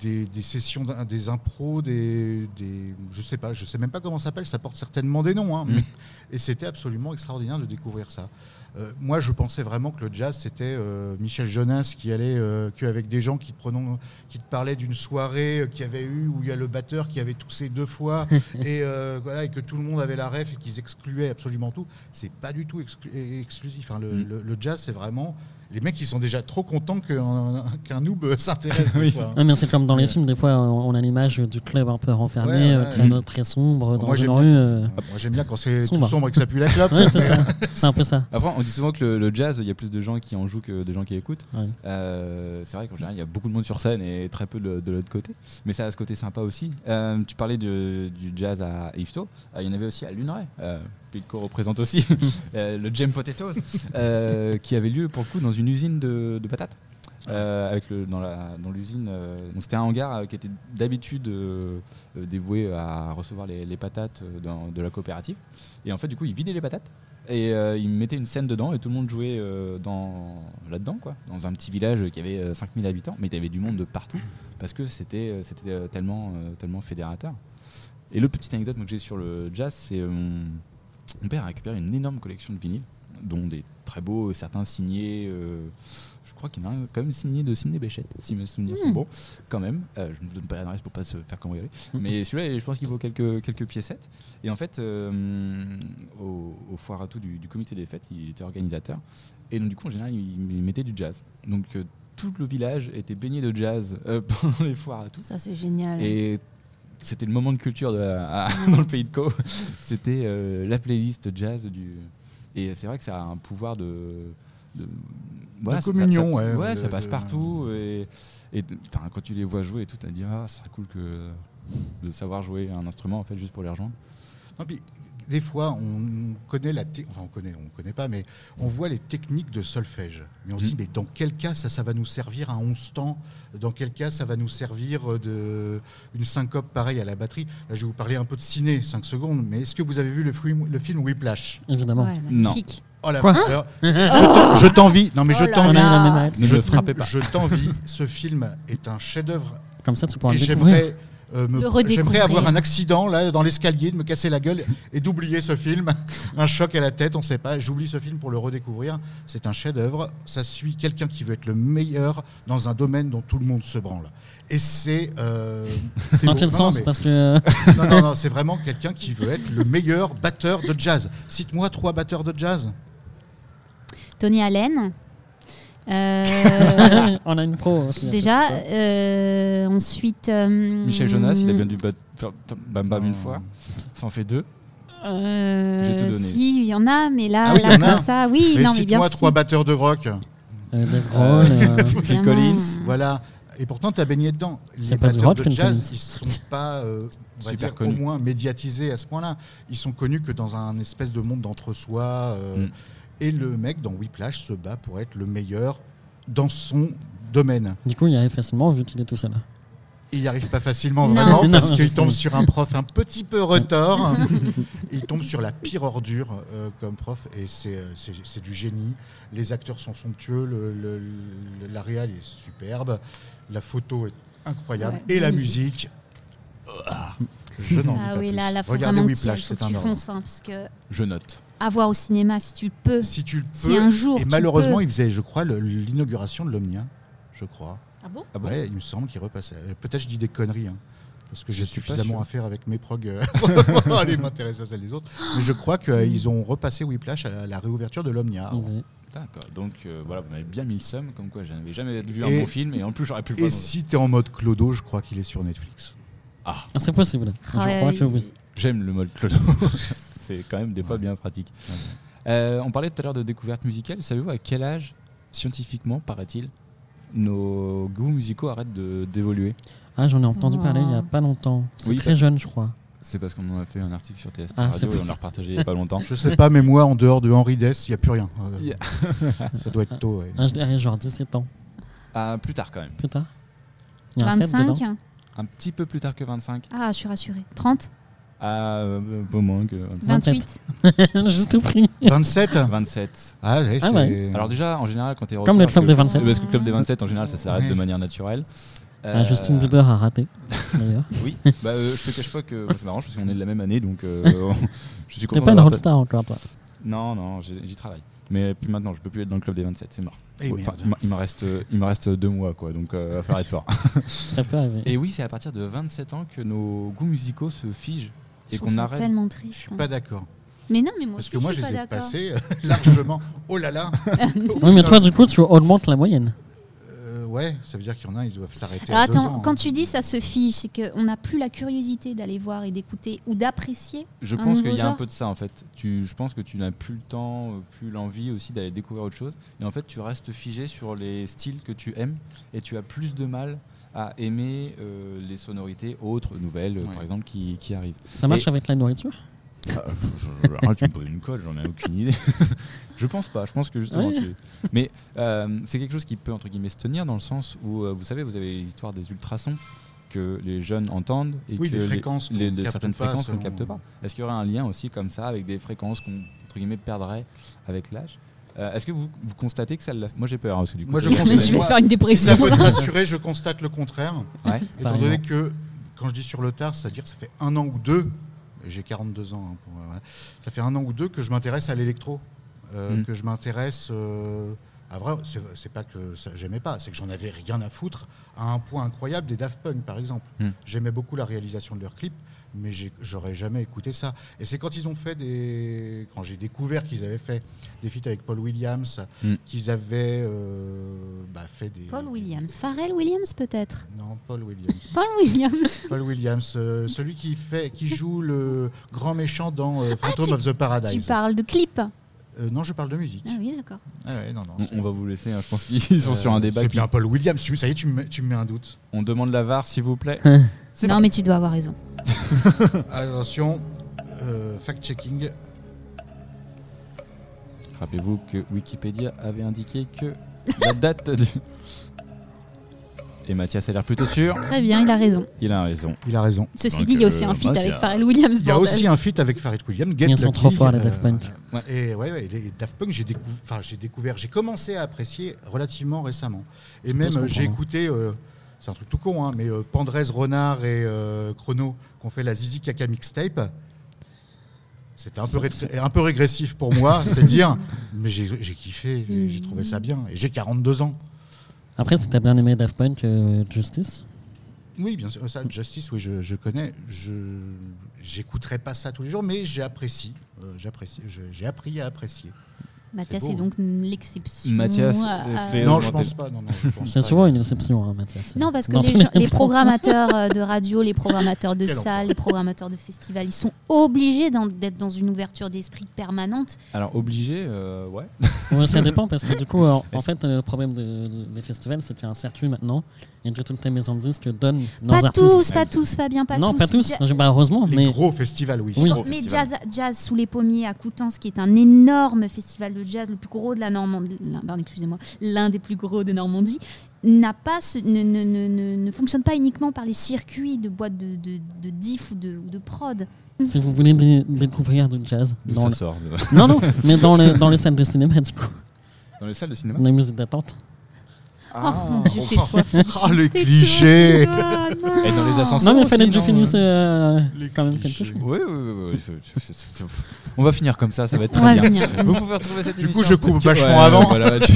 [SPEAKER 5] Des, des sessions, d'in- des impros, des, des- Je sais pas, je sais même pas comment ça s'appelle, ça porte certainement des noms. hein,
[SPEAKER 1] Mm.
[SPEAKER 5] mais- et c'était absolument extraordinaire de découvrir ça. Euh, moi, je pensais vraiment que le jazz, c'était euh, Michel Jonas qui allait euh, qu'avec des gens qui te, prenon- qui te parlaient d'une soirée euh, qu'il y avait eu où il y a le batteur qui avait toussé
[SPEAKER 1] (laughs)
[SPEAKER 5] deux fois et, euh, voilà, et que tout le monde avait la ref et qu'ils excluaient absolument tout. C'est pas du tout exclu- eh, exclusif. hein. Le,
[SPEAKER 1] Mm.
[SPEAKER 5] le- le jazz, c'est vraiment. Les mecs, ils sont déjà trop contents qu'un qu'un noob euh, s'intéresse.
[SPEAKER 1] (laughs)
[SPEAKER 5] des
[SPEAKER 1] Oui.
[SPEAKER 5] fois, hein.
[SPEAKER 2] Ouais, Ah, mais c'est comme dans les
[SPEAKER 5] Ouais.
[SPEAKER 2] films, des fois on a l'image du club un peu renfermé,
[SPEAKER 5] Ouais, ouais,
[SPEAKER 2] euh,
[SPEAKER 5] ouais.
[SPEAKER 2] très, très sombre, dans
[SPEAKER 5] Mm. Moi,
[SPEAKER 2] une
[SPEAKER 5] j'aime
[SPEAKER 2] rue. euh,
[SPEAKER 5] Ah, Moi, j'aime bien quand c'est tout
[SPEAKER 2] Sombre.
[SPEAKER 5] sombre et que ça pue la clope.
[SPEAKER 2] Ouais, c'est
[SPEAKER 5] (laughs)
[SPEAKER 2] ça, c'est un peu ça.
[SPEAKER 1] Après, on dit souvent que le, le jazz, il y a plus de gens qui en jouent que de gens qui écoutent.
[SPEAKER 2] Ouais.
[SPEAKER 1] Euh, c'est vrai qu'en général, il y a beaucoup de monde sur scène et très peu de, de l'autre côté. Mais ça a ce côté sympa aussi. Euh, tu parlais de- du jazz à Ifto. Euh, il y en avait aussi à Luneray. Euh, Pilco représente aussi (laughs) euh, le Jam Potatoes, euh, qui avait lieu pour le coup dans une usine de, de patates. Euh, avec le, dans, la, dans l'usine, euh, donc c'était un hangar euh, qui était d'habitude euh, euh, dévoué à recevoir les, les patates euh, dans- de la coopérative. Et en fait, du coup, ils vidaient les patates et euh, ils mettaient une scène dedans et tout le monde jouait euh, dans, là-dedans, quoi. Dans un petit village qui avait euh, 5000 habitants, mais il y avait du monde de partout parce que c'était, euh, c'était euh, tellement, euh, tellement fédérateur. Et l'autre petite anecdote moi, que j'ai sur le jazz, c'est euh, mon, mon père a récupéré une énorme collection de vinyles, dont des très beaux, certains signés. euh, je crois qu'il y en a un quand même signé de Sidney Béchette, si mes souvenirs sont
[SPEAKER 3] Hmm.
[SPEAKER 1] bons, quand même. Euh, je ne vous donne pas l'adresse pour pas se faire cambrioler. Mais celui-là, je pense qu'il vaut quelques, quelques piécettes. Et en fait, euh, au, au foire à tout du, du comité des fêtes, il était organisateur. Et donc, du coup, en général, il, il mettait du jazz. Donc, euh, (laughs) tout le village était baigné de jazz euh, pendant les foires à tout.
[SPEAKER 8] Ça, c'est génial.
[SPEAKER 1] Et c'était le moment de culture de la- (laughs) dans le pays de Co. C'était euh, la playlist jazz du. Et c'est vrai que ça a un pouvoir de. de voilà, ça- ça-
[SPEAKER 5] communion,
[SPEAKER 1] ça-
[SPEAKER 5] ouais,
[SPEAKER 1] ouais,
[SPEAKER 5] de-
[SPEAKER 1] ça passe
[SPEAKER 5] de-
[SPEAKER 1] partout. Et, et t- putain, quand tu les vois jouer et tout, t'as dit ah, c'est cool que de savoir jouer un instrument en fait juste pour les rejoindre.
[SPEAKER 5] Non, puis, des fois, on connaît la te- enfin, on connaît, on connaît pas, mais on voit les techniques de solfège. Mais on se
[SPEAKER 1] Mhm.
[SPEAKER 5] dit, mais dans quel cas ça, ça va nous servir à 11 temps Dans quel cas ça va nous servir euh, de une syncope pareille à la batterie Là, je vais vous parler un peu de ciné, 5 secondes, mais est-ce que vous avez vu le, film- le film Whiplash
[SPEAKER 2] Évidemment.
[SPEAKER 3] Ouais,
[SPEAKER 1] Non.
[SPEAKER 3] magnifique.
[SPEAKER 5] Oh la
[SPEAKER 2] Quoi
[SPEAKER 5] alors, je t'en- Je t'envie, non mais
[SPEAKER 3] Oh
[SPEAKER 5] je
[SPEAKER 3] là
[SPEAKER 5] t'envie.
[SPEAKER 3] là.
[SPEAKER 1] Ne
[SPEAKER 5] Je-
[SPEAKER 1] me frappez pas.
[SPEAKER 5] Je t'envie, ce film est un chef-d'œuvre
[SPEAKER 2] Comme ça, tu pourras
[SPEAKER 5] et
[SPEAKER 2] le découvrir.
[SPEAKER 5] j'aimerais. euh, me-
[SPEAKER 3] Le redécouvrir.
[SPEAKER 5] J'aimerais avoir un accident là dans l'escalier, de me casser la gueule et d'oublier ce film. (laughs) un choc à la tête, on ne sait pas. J'oublie ce film pour le redécouvrir. C'est un chef-d'œuvre. Ça suit quelqu'un qui veut être le meilleur dans un domaine dont tout le monde se branle. Et c'est.
[SPEAKER 2] (laughs)
[SPEAKER 5] euh, c'est
[SPEAKER 2] Dans
[SPEAKER 5] beau.
[SPEAKER 2] quel
[SPEAKER 5] Non,
[SPEAKER 2] sens
[SPEAKER 5] non, mais-
[SPEAKER 2] Parce que euh, (laughs)
[SPEAKER 5] Non, non, non, c'est vraiment quelqu'un qui veut être le meilleur batteur de jazz. Cite-moi trois batteurs de jazz.
[SPEAKER 3] Tony Allen.
[SPEAKER 2] (laughs)
[SPEAKER 3] Euh,
[SPEAKER 2] on a une pro aussi.
[SPEAKER 3] déjà, euh, ensuite. euh,
[SPEAKER 1] Michel Jonas, il a bien dû battre faire tom- Bam Bam une
[SPEAKER 5] Oh.
[SPEAKER 1] fois. Ça en fait deux.
[SPEAKER 3] euh,
[SPEAKER 1] J'ai tout donné.
[SPEAKER 3] Si, il y en a, mais là,
[SPEAKER 5] Ah oui, il
[SPEAKER 3] là
[SPEAKER 5] y en a.
[SPEAKER 3] comme ça, oui,
[SPEAKER 5] Mais
[SPEAKER 3] non, mais bien
[SPEAKER 5] Cite-moi
[SPEAKER 3] si.
[SPEAKER 5] trois batteurs de rock.
[SPEAKER 2] Euh, Dave Grohl, euh,
[SPEAKER 1] Phil
[SPEAKER 3] Vraiment.
[SPEAKER 1] Collins.
[SPEAKER 5] Voilà. Et pourtant, tu as baigné dedans. Les
[SPEAKER 2] C'est pas du
[SPEAKER 5] batteurs
[SPEAKER 2] rock,
[SPEAKER 5] de
[SPEAKER 2] Phil
[SPEAKER 5] jazz,
[SPEAKER 2] Collins.
[SPEAKER 5] ils sont pas, euh, on va
[SPEAKER 1] Super
[SPEAKER 5] dire,
[SPEAKER 1] connus.
[SPEAKER 5] au moins médiatisés à ce point-là. Ils sont connus que dans un espèce de monde d'entre-soi. euh,
[SPEAKER 1] Mm.
[SPEAKER 5] Et le mec dans Whiplash se bat pour être le meilleur dans son domaine.
[SPEAKER 2] du coup, il y arrive facilement vu qu'il est tout seul.
[SPEAKER 5] Et il n'y arrive pas facilement
[SPEAKER 3] Non.
[SPEAKER 5] vraiment
[SPEAKER 2] Non,
[SPEAKER 5] parce
[SPEAKER 2] non,
[SPEAKER 5] qu'il
[SPEAKER 2] je
[SPEAKER 5] tombe
[SPEAKER 2] sais.
[SPEAKER 5] sur un prof un petit peu retors.
[SPEAKER 3] (laughs)
[SPEAKER 5] il tombe sur la pire ordure euh, comme prof et c'est, euh, c'est, c'est du génie. Les acteurs sont somptueux, le, le- le- la réal est superbe, la photo est incroyable
[SPEAKER 3] Ouais,
[SPEAKER 5] et la
[SPEAKER 3] magnifique.
[SPEAKER 5] musique. Ah, Je n'en dis
[SPEAKER 3] Ah
[SPEAKER 5] pas
[SPEAKER 3] oui,
[SPEAKER 5] plus.
[SPEAKER 3] là, là, faut
[SPEAKER 5] Regardez
[SPEAKER 3] vraiment tirer,
[SPEAKER 5] Whiplash,
[SPEAKER 3] faut
[SPEAKER 5] c'est
[SPEAKER 3] que
[SPEAKER 5] un
[SPEAKER 3] tu
[SPEAKER 5] ordre.
[SPEAKER 3] fonces, hein, parce que
[SPEAKER 1] Je note.
[SPEAKER 3] avoir au cinéma, si tu peux,
[SPEAKER 5] Si tu le peux.
[SPEAKER 3] si un jour.
[SPEAKER 5] et
[SPEAKER 3] tu
[SPEAKER 5] malheureusement,
[SPEAKER 3] peux-
[SPEAKER 5] il faisait, je crois, le- l'inauguration de l'Omnia, je crois.
[SPEAKER 3] Ah bon
[SPEAKER 1] Ah bon
[SPEAKER 5] ouais, il me semble qu'il repassait. Euh, Peut-être je dis des conneries, hein, parce que j'ai
[SPEAKER 1] suis pas
[SPEAKER 5] suffisamment
[SPEAKER 1] sûr.
[SPEAKER 5] à faire avec mes prog euh, (laughs) pour aller m'intéresser à celles des autres. Mais je crois
[SPEAKER 3] C'est-
[SPEAKER 5] qu'ils ont repassé Whiplash à la réouverture de l'Omnia.
[SPEAKER 2] Ouais.
[SPEAKER 1] D'accord. Donc euh, voilà, vous m'avez bien mis le seum, comme quoi je n'avais jamais vu un
[SPEAKER 5] Et-
[SPEAKER 1] bon film et en plus j'aurais pu le voir.
[SPEAKER 5] Et
[SPEAKER 1] dans-
[SPEAKER 5] si t'es en mode Clodo, je crois qu'il est sur Netflix.
[SPEAKER 1] Ah,
[SPEAKER 2] Ah, c'est possible. Je
[SPEAKER 3] Ouais,
[SPEAKER 2] crois que
[SPEAKER 3] il-
[SPEAKER 2] oui.
[SPEAKER 1] j'aime le mode clodo. (laughs) C'est quand même des fois bien pratique. Euh, on parlait tout à l'heure de découverte musicale. Savez-vous à quel âge, scientifiquement, paraît-il, nos goûts musicaux arrêtent de- d'évoluer
[SPEAKER 2] Ah, j'en ai entendu
[SPEAKER 3] Oh.
[SPEAKER 2] parler il y a pas longtemps. C'est
[SPEAKER 1] Oui,
[SPEAKER 2] très
[SPEAKER 5] bah.
[SPEAKER 2] jeune, je crois.
[SPEAKER 1] C'est parce qu'on en a fait un article sur TST
[SPEAKER 2] Ah, c'est
[SPEAKER 1] Radio et
[SPEAKER 2] pour
[SPEAKER 1] on l'a
[SPEAKER 2] ça.
[SPEAKER 1] repartagé il n'y a pas (laughs) longtemps.
[SPEAKER 5] Je sais pas, mais moi, en dehors de Henri Dess, il n'y a plus rien. Euh,
[SPEAKER 1] Yeah.
[SPEAKER 5] Ça doit être tôt. ouais.
[SPEAKER 2] Ah, je dirais genre 17 ans
[SPEAKER 1] Ah, plus tard quand même.
[SPEAKER 2] plus tard. Il y a un sept dedans.
[SPEAKER 3] 25
[SPEAKER 1] Un petit peu plus tard que 25.
[SPEAKER 3] Ah, je suis rassurée. 30
[SPEAKER 1] Ah, euh, pas moins que 25.
[SPEAKER 3] 28
[SPEAKER 2] (laughs) Juste tout pris.
[SPEAKER 5] 27
[SPEAKER 1] 27.
[SPEAKER 5] Ah, ouais,
[SPEAKER 2] Ah
[SPEAKER 5] c'est-
[SPEAKER 2] ouais.
[SPEAKER 1] Alors déjà, en général, quand t'es
[SPEAKER 2] Comme le
[SPEAKER 1] rocker,
[SPEAKER 2] club des
[SPEAKER 1] parce que-
[SPEAKER 2] 27.
[SPEAKER 1] Parce que le club des 27, en général, ça s'arrête
[SPEAKER 5] Ouais.
[SPEAKER 1] de manière naturelle.
[SPEAKER 5] Euh.
[SPEAKER 1] Euh,
[SPEAKER 2] Ah, Justin Bieber a raté, d'ailleurs.
[SPEAKER 1] (laughs) Oui, bah, euh, je te cache pas que c'est marrant parce qu'on est de la même année, donc euh, (laughs) je suis
[SPEAKER 2] T'es
[SPEAKER 1] content.
[SPEAKER 2] pas une
[SPEAKER 1] d'avoir
[SPEAKER 2] rockstar encore, toi.
[SPEAKER 1] Non, non, j'ai- j'y travaille. Mais plus maintenant, je peux plus être dans le club des 27, c'est mort.
[SPEAKER 5] Eh
[SPEAKER 1] Ouais,
[SPEAKER 5] merde.
[SPEAKER 1] enfin, il m'en- il me reste, euh, il me reste deux mois, quoi, donc euh, va falloir être fort.
[SPEAKER 2] Ça peut arriver.
[SPEAKER 1] Et oui, c'est à partir de 27 ans que nos goûts musicaux se figent et
[SPEAKER 3] Je trouve
[SPEAKER 1] qu'on
[SPEAKER 3] ça
[SPEAKER 1] arrête.
[SPEAKER 3] tellement
[SPEAKER 5] Je
[SPEAKER 3] triste.
[SPEAKER 5] suis pas d'accord.
[SPEAKER 3] Mais non, mais moi
[SPEAKER 5] Parce
[SPEAKER 3] aussi,
[SPEAKER 5] que moi,
[SPEAKER 3] je
[SPEAKER 5] je
[SPEAKER 3] suis
[SPEAKER 5] les ai
[SPEAKER 3] pas d'accord.
[SPEAKER 5] passés euh, (laughs) largement. Oh là là
[SPEAKER 2] Oui, mais toi, du coup, tu augmentes la moyenne.
[SPEAKER 5] Euh, Ouais, ça veut dire qu'il y en a, ils doivent s'arrêter.
[SPEAKER 3] Alors
[SPEAKER 5] à deux
[SPEAKER 3] attends,
[SPEAKER 5] ans, hein.
[SPEAKER 3] quand tu dis ça se fige, c'est qu'on n'a plus la curiosité d'aller voir et d'écouter ou d'apprécier.
[SPEAKER 1] Je
[SPEAKER 3] Un
[SPEAKER 1] pense
[SPEAKER 3] nouveau
[SPEAKER 1] qu'il y a un
[SPEAKER 3] genre.
[SPEAKER 1] peu de ça en fait. Tu, je pense que tu n'as plus le temps, euh, plus l'envie aussi d'aller découvrir autre chose. Et en fait, tu restes figé sur les styles que tu aimes et tu as plus de mal à aimer euh, les sonorités autres, nouvelles euh,
[SPEAKER 5] Ouais.
[SPEAKER 1] par exemple, qui, qui arrivent.
[SPEAKER 2] Ça marche
[SPEAKER 1] Et-
[SPEAKER 2] avec la nourriture
[SPEAKER 1] Ah, tu me poses une colle, j'en ai aucune idée. (laughs) je pense pas, je pense que justement.
[SPEAKER 2] Ouais.
[SPEAKER 1] tu- Mais euh, c'est quelque chose qui peut, entre guillemets, se tenir dans le sens où, euh, vous savez, vous avez l'histoire des ultrasons que les jeunes entendent et
[SPEAKER 5] Oui,
[SPEAKER 1] que
[SPEAKER 5] des
[SPEAKER 1] les-
[SPEAKER 5] fréquences
[SPEAKER 1] les-
[SPEAKER 5] qu'on
[SPEAKER 1] les-
[SPEAKER 5] capte
[SPEAKER 1] certaines
[SPEAKER 5] pas
[SPEAKER 1] fréquences qu'on ne
[SPEAKER 5] selon-
[SPEAKER 1] capte pas. Est-ce qu'il y aurait un lien aussi comme ça avec des fréquences qu'on, entre guillemets, perdrait avec l'âge Euh, Est-ce que vous, vous constatez que ça l'a- Moi j'ai peur, hein, parce que du coup.
[SPEAKER 5] Moi,
[SPEAKER 1] (laughs) c'est-
[SPEAKER 5] je constate-
[SPEAKER 3] Mais (laughs) je vais
[SPEAKER 5] moi,
[SPEAKER 3] faire une
[SPEAKER 5] Si ça
[SPEAKER 3] dépression.
[SPEAKER 5] peut te rassurer, je constate le contraire.
[SPEAKER 1] Ouais.
[SPEAKER 5] Étant donné que, quand je dis sur le tard, c'est-à-dire que ça fait un an ou deux, et j'ai 42 ans, hein, pour- euh, voilà. ça fait un an ou deux que je m'intéresse à l'électro, euh,
[SPEAKER 1] Mm.
[SPEAKER 5] que je m'intéresse euh, Ah, vrai, c'est c'est pas que ça- j'aimais pas, c'est que j'en avais rien à foutre à un point incroyable des Daft Punk, par exemple.
[SPEAKER 1] Hmm.
[SPEAKER 5] J'aimais beaucoup la réalisation de leurs clips, mais j'ai- j'aurais jamais écouté ça. Et c'est quand ils ont fait des. Quand j'ai découvert qu'ils avaient fait des feats avec Paul Williams,
[SPEAKER 1] Hmm.
[SPEAKER 5] qu'ils avaient euh, bah, fait des.
[SPEAKER 3] Paul
[SPEAKER 5] des-
[SPEAKER 3] Williams. Pharrell Williams, peut-être
[SPEAKER 5] Non, Paul Williams.
[SPEAKER 3] Paul Williams.
[SPEAKER 5] Paul Williams, euh, celui qui, fait, qui joue le grand méchant dans euh,
[SPEAKER 3] Ah,
[SPEAKER 5] Phantom
[SPEAKER 3] tu-
[SPEAKER 5] of the
[SPEAKER 3] tu
[SPEAKER 5] Paradise.
[SPEAKER 3] parles de clip. Ah
[SPEAKER 5] Euh, non, je parle de musique.
[SPEAKER 3] oui, d'accord.
[SPEAKER 5] Ah ouais, non, non,
[SPEAKER 1] On-
[SPEAKER 5] c'est-
[SPEAKER 1] On va vous laisser, hein, je pense qu'ils sont
[SPEAKER 5] Euh,
[SPEAKER 1] sur un débat.
[SPEAKER 5] C'est
[SPEAKER 1] qui-
[SPEAKER 5] bien Paul Williams, tu- ça y est, tu me, mets- tu me mets
[SPEAKER 1] (laughs)
[SPEAKER 5] un doute.
[SPEAKER 1] On demande la VAR, s'il vous plaît. C'est
[SPEAKER 3] Non, mais tu dois avoir raison.
[SPEAKER 5] Attention, euh, fact-checking.
[SPEAKER 1] Rappelez-vous que Wikipédia avait indiqué que la date du. Et Mathias a l'air plutôt sûr.
[SPEAKER 3] Très bien, il a raison.
[SPEAKER 1] Il a raison.
[SPEAKER 5] Il a raison.
[SPEAKER 3] Ceci
[SPEAKER 1] Donc,
[SPEAKER 3] dit, il y a aussi
[SPEAKER 1] euh,
[SPEAKER 3] un feat
[SPEAKER 1] bah,
[SPEAKER 3] avec
[SPEAKER 1] tiens.
[SPEAKER 3] Pharrell Williams.
[SPEAKER 5] Il y a
[SPEAKER 3] bordel.
[SPEAKER 5] aussi un feat avec Farid Williams. Get
[SPEAKER 2] Ils sont
[SPEAKER 5] Lucky,
[SPEAKER 2] trop forts, les
[SPEAKER 5] euh,
[SPEAKER 2] Daft Punk.
[SPEAKER 5] ouais. Et ouais, ouais, les Daft Punk, j'ai décou- enfin, j'ai découvert, j'ai commencé à apprécier relativement récemment. Et
[SPEAKER 2] peut
[SPEAKER 5] même,
[SPEAKER 2] se
[SPEAKER 5] euh, j'ai
[SPEAKER 2] comprendre.
[SPEAKER 5] écouté, euh, c'est un truc tout con, hein, mais euh, Pandrez, Renard et euh, Chrono, qui ont fait la Zizi Kaka mixtape. C'était un, peu ré- un peu régressif pour moi, c'est dire, mais j'ai j'ai kiffé, j'ai- j'ai trouvé
[SPEAKER 3] Mm.
[SPEAKER 5] ça bien. Et j'ai 42 ans.
[SPEAKER 2] Après, si t'as bien aimé Daft Punk, euh, Justice,
[SPEAKER 5] Oui, bien sûr. Ça, Justice, oui, je, je connais. Je j'écouterai pas ça tous les jours, mais j'apprécie. Euh, j'apprécie. je- J'ai appris à apprécier.
[SPEAKER 3] Mathias
[SPEAKER 5] C'est
[SPEAKER 3] est,
[SPEAKER 5] beau. hein.
[SPEAKER 3] donc l'exception.
[SPEAKER 1] Mathias,
[SPEAKER 3] à-
[SPEAKER 1] euh, fait- Et
[SPEAKER 5] non,
[SPEAKER 1] on
[SPEAKER 5] je
[SPEAKER 1] entend-
[SPEAKER 5] pense pas. Non, non,
[SPEAKER 2] (laughs)
[SPEAKER 5] je pense
[SPEAKER 2] c'est
[SPEAKER 5] pas.
[SPEAKER 2] souvent une exception, hein, Mathias.
[SPEAKER 3] Non, parce que
[SPEAKER 2] Dans
[SPEAKER 3] les,
[SPEAKER 2] tous
[SPEAKER 3] gens- les
[SPEAKER 2] pros.
[SPEAKER 3] programmateurs euh, de radio, les programmateurs de
[SPEAKER 5] Quel
[SPEAKER 3] salles, les programmateurs de festivals, ils sont obligés d'en- d'être dans une ouverture d'esprit permanente.
[SPEAKER 1] Alors, obligé, euh, ouais.
[SPEAKER 2] Ouais, ça dépend parce que du coup, en, en fait, euh, le problème de- des festivals, c'est qu'il y a un circuit maintenant et que toutes les maisons de disques donnent leurs
[SPEAKER 3] pas
[SPEAKER 2] artistes.
[SPEAKER 3] tous, pas tous, Fabien, pas
[SPEAKER 2] non,
[SPEAKER 3] tous.
[SPEAKER 2] pas tous,
[SPEAKER 3] Ja-
[SPEAKER 2] j'ai- bah, heureusement,
[SPEAKER 5] Les
[SPEAKER 2] mais
[SPEAKER 5] gros festivals, oui.
[SPEAKER 2] Oui.
[SPEAKER 1] Gros
[SPEAKER 3] Mais
[SPEAKER 1] festival.
[SPEAKER 3] jazz, jazz sous les pommiers à Coutances, qui est un énorme festival de jazz, le plus gros de la Normandie, l'un- pardon, excusez-moi, l'un des plus gros de Normandie, n'a pas ce- ne, ne- ne- ne- ne fonctionne pas uniquement par les circuits de boîtes de, de, de diff ou de, ou de prod.
[SPEAKER 2] si vous voulez dé- découvrir du jazz,
[SPEAKER 1] D'où
[SPEAKER 2] dans
[SPEAKER 1] ça
[SPEAKER 2] le-
[SPEAKER 1] sort le-
[SPEAKER 2] non, non, mais dans, le, dans les salles de cinéma, du coup,
[SPEAKER 1] Dans les salles de cinéma
[SPEAKER 2] dans les musiques d'attente.
[SPEAKER 3] Oh mon dieu, tais-toi.
[SPEAKER 5] Ah, les
[SPEAKER 3] Tais-toi,
[SPEAKER 5] clichés.
[SPEAKER 3] toi, non.
[SPEAKER 1] Et dans les ascenseurs
[SPEAKER 2] Non, mais
[SPEAKER 1] aussi,
[SPEAKER 2] fallait que je
[SPEAKER 1] non
[SPEAKER 2] finisse euh,
[SPEAKER 5] Les
[SPEAKER 2] quand même quelque
[SPEAKER 5] clichés.
[SPEAKER 2] chose.
[SPEAKER 1] Oui, oui, oui. oui, je- je- je- je- On va finir comme ça, ça va être
[SPEAKER 3] On
[SPEAKER 1] très
[SPEAKER 3] va
[SPEAKER 1] bien.
[SPEAKER 3] venir.
[SPEAKER 1] Vous pouvez retrouver cette
[SPEAKER 5] Du
[SPEAKER 1] émission.
[SPEAKER 5] coup, je
[SPEAKER 1] en
[SPEAKER 5] coupe
[SPEAKER 1] podcast.
[SPEAKER 5] vachement avant.
[SPEAKER 1] voilà, tu-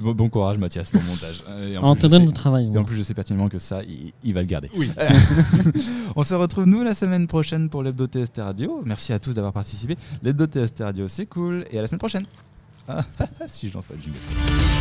[SPEAKER 1] bon, bon courage, Mathias, pour le montage. Et en
[SPEAKER 2] On
[SPEAKER 1] plus,
[SPEAKER 2] te
[SPEAKER 1] je
[SPEAKER 2] donne
[SPEAKER 1] sais-
[SPEAKER 2] du travail.
[SPEAKER 1] Et en
[SPEAKER 2] moi.
[SPEAKER 1] plus, je sais pertinemment que ça, il, il va le garder.
[SPEAKER 5] Oui.
[SPEAKER 1] (laughs) On se retrouve, nous, la semaine prochaine pour l'Hebdo TST Radio. Merci à tous d'avoir (laughs) participé. L'Hebdo TST Radio, c'est cool. Et à la semaine prochaine. Ah, si je lance pas le jingle.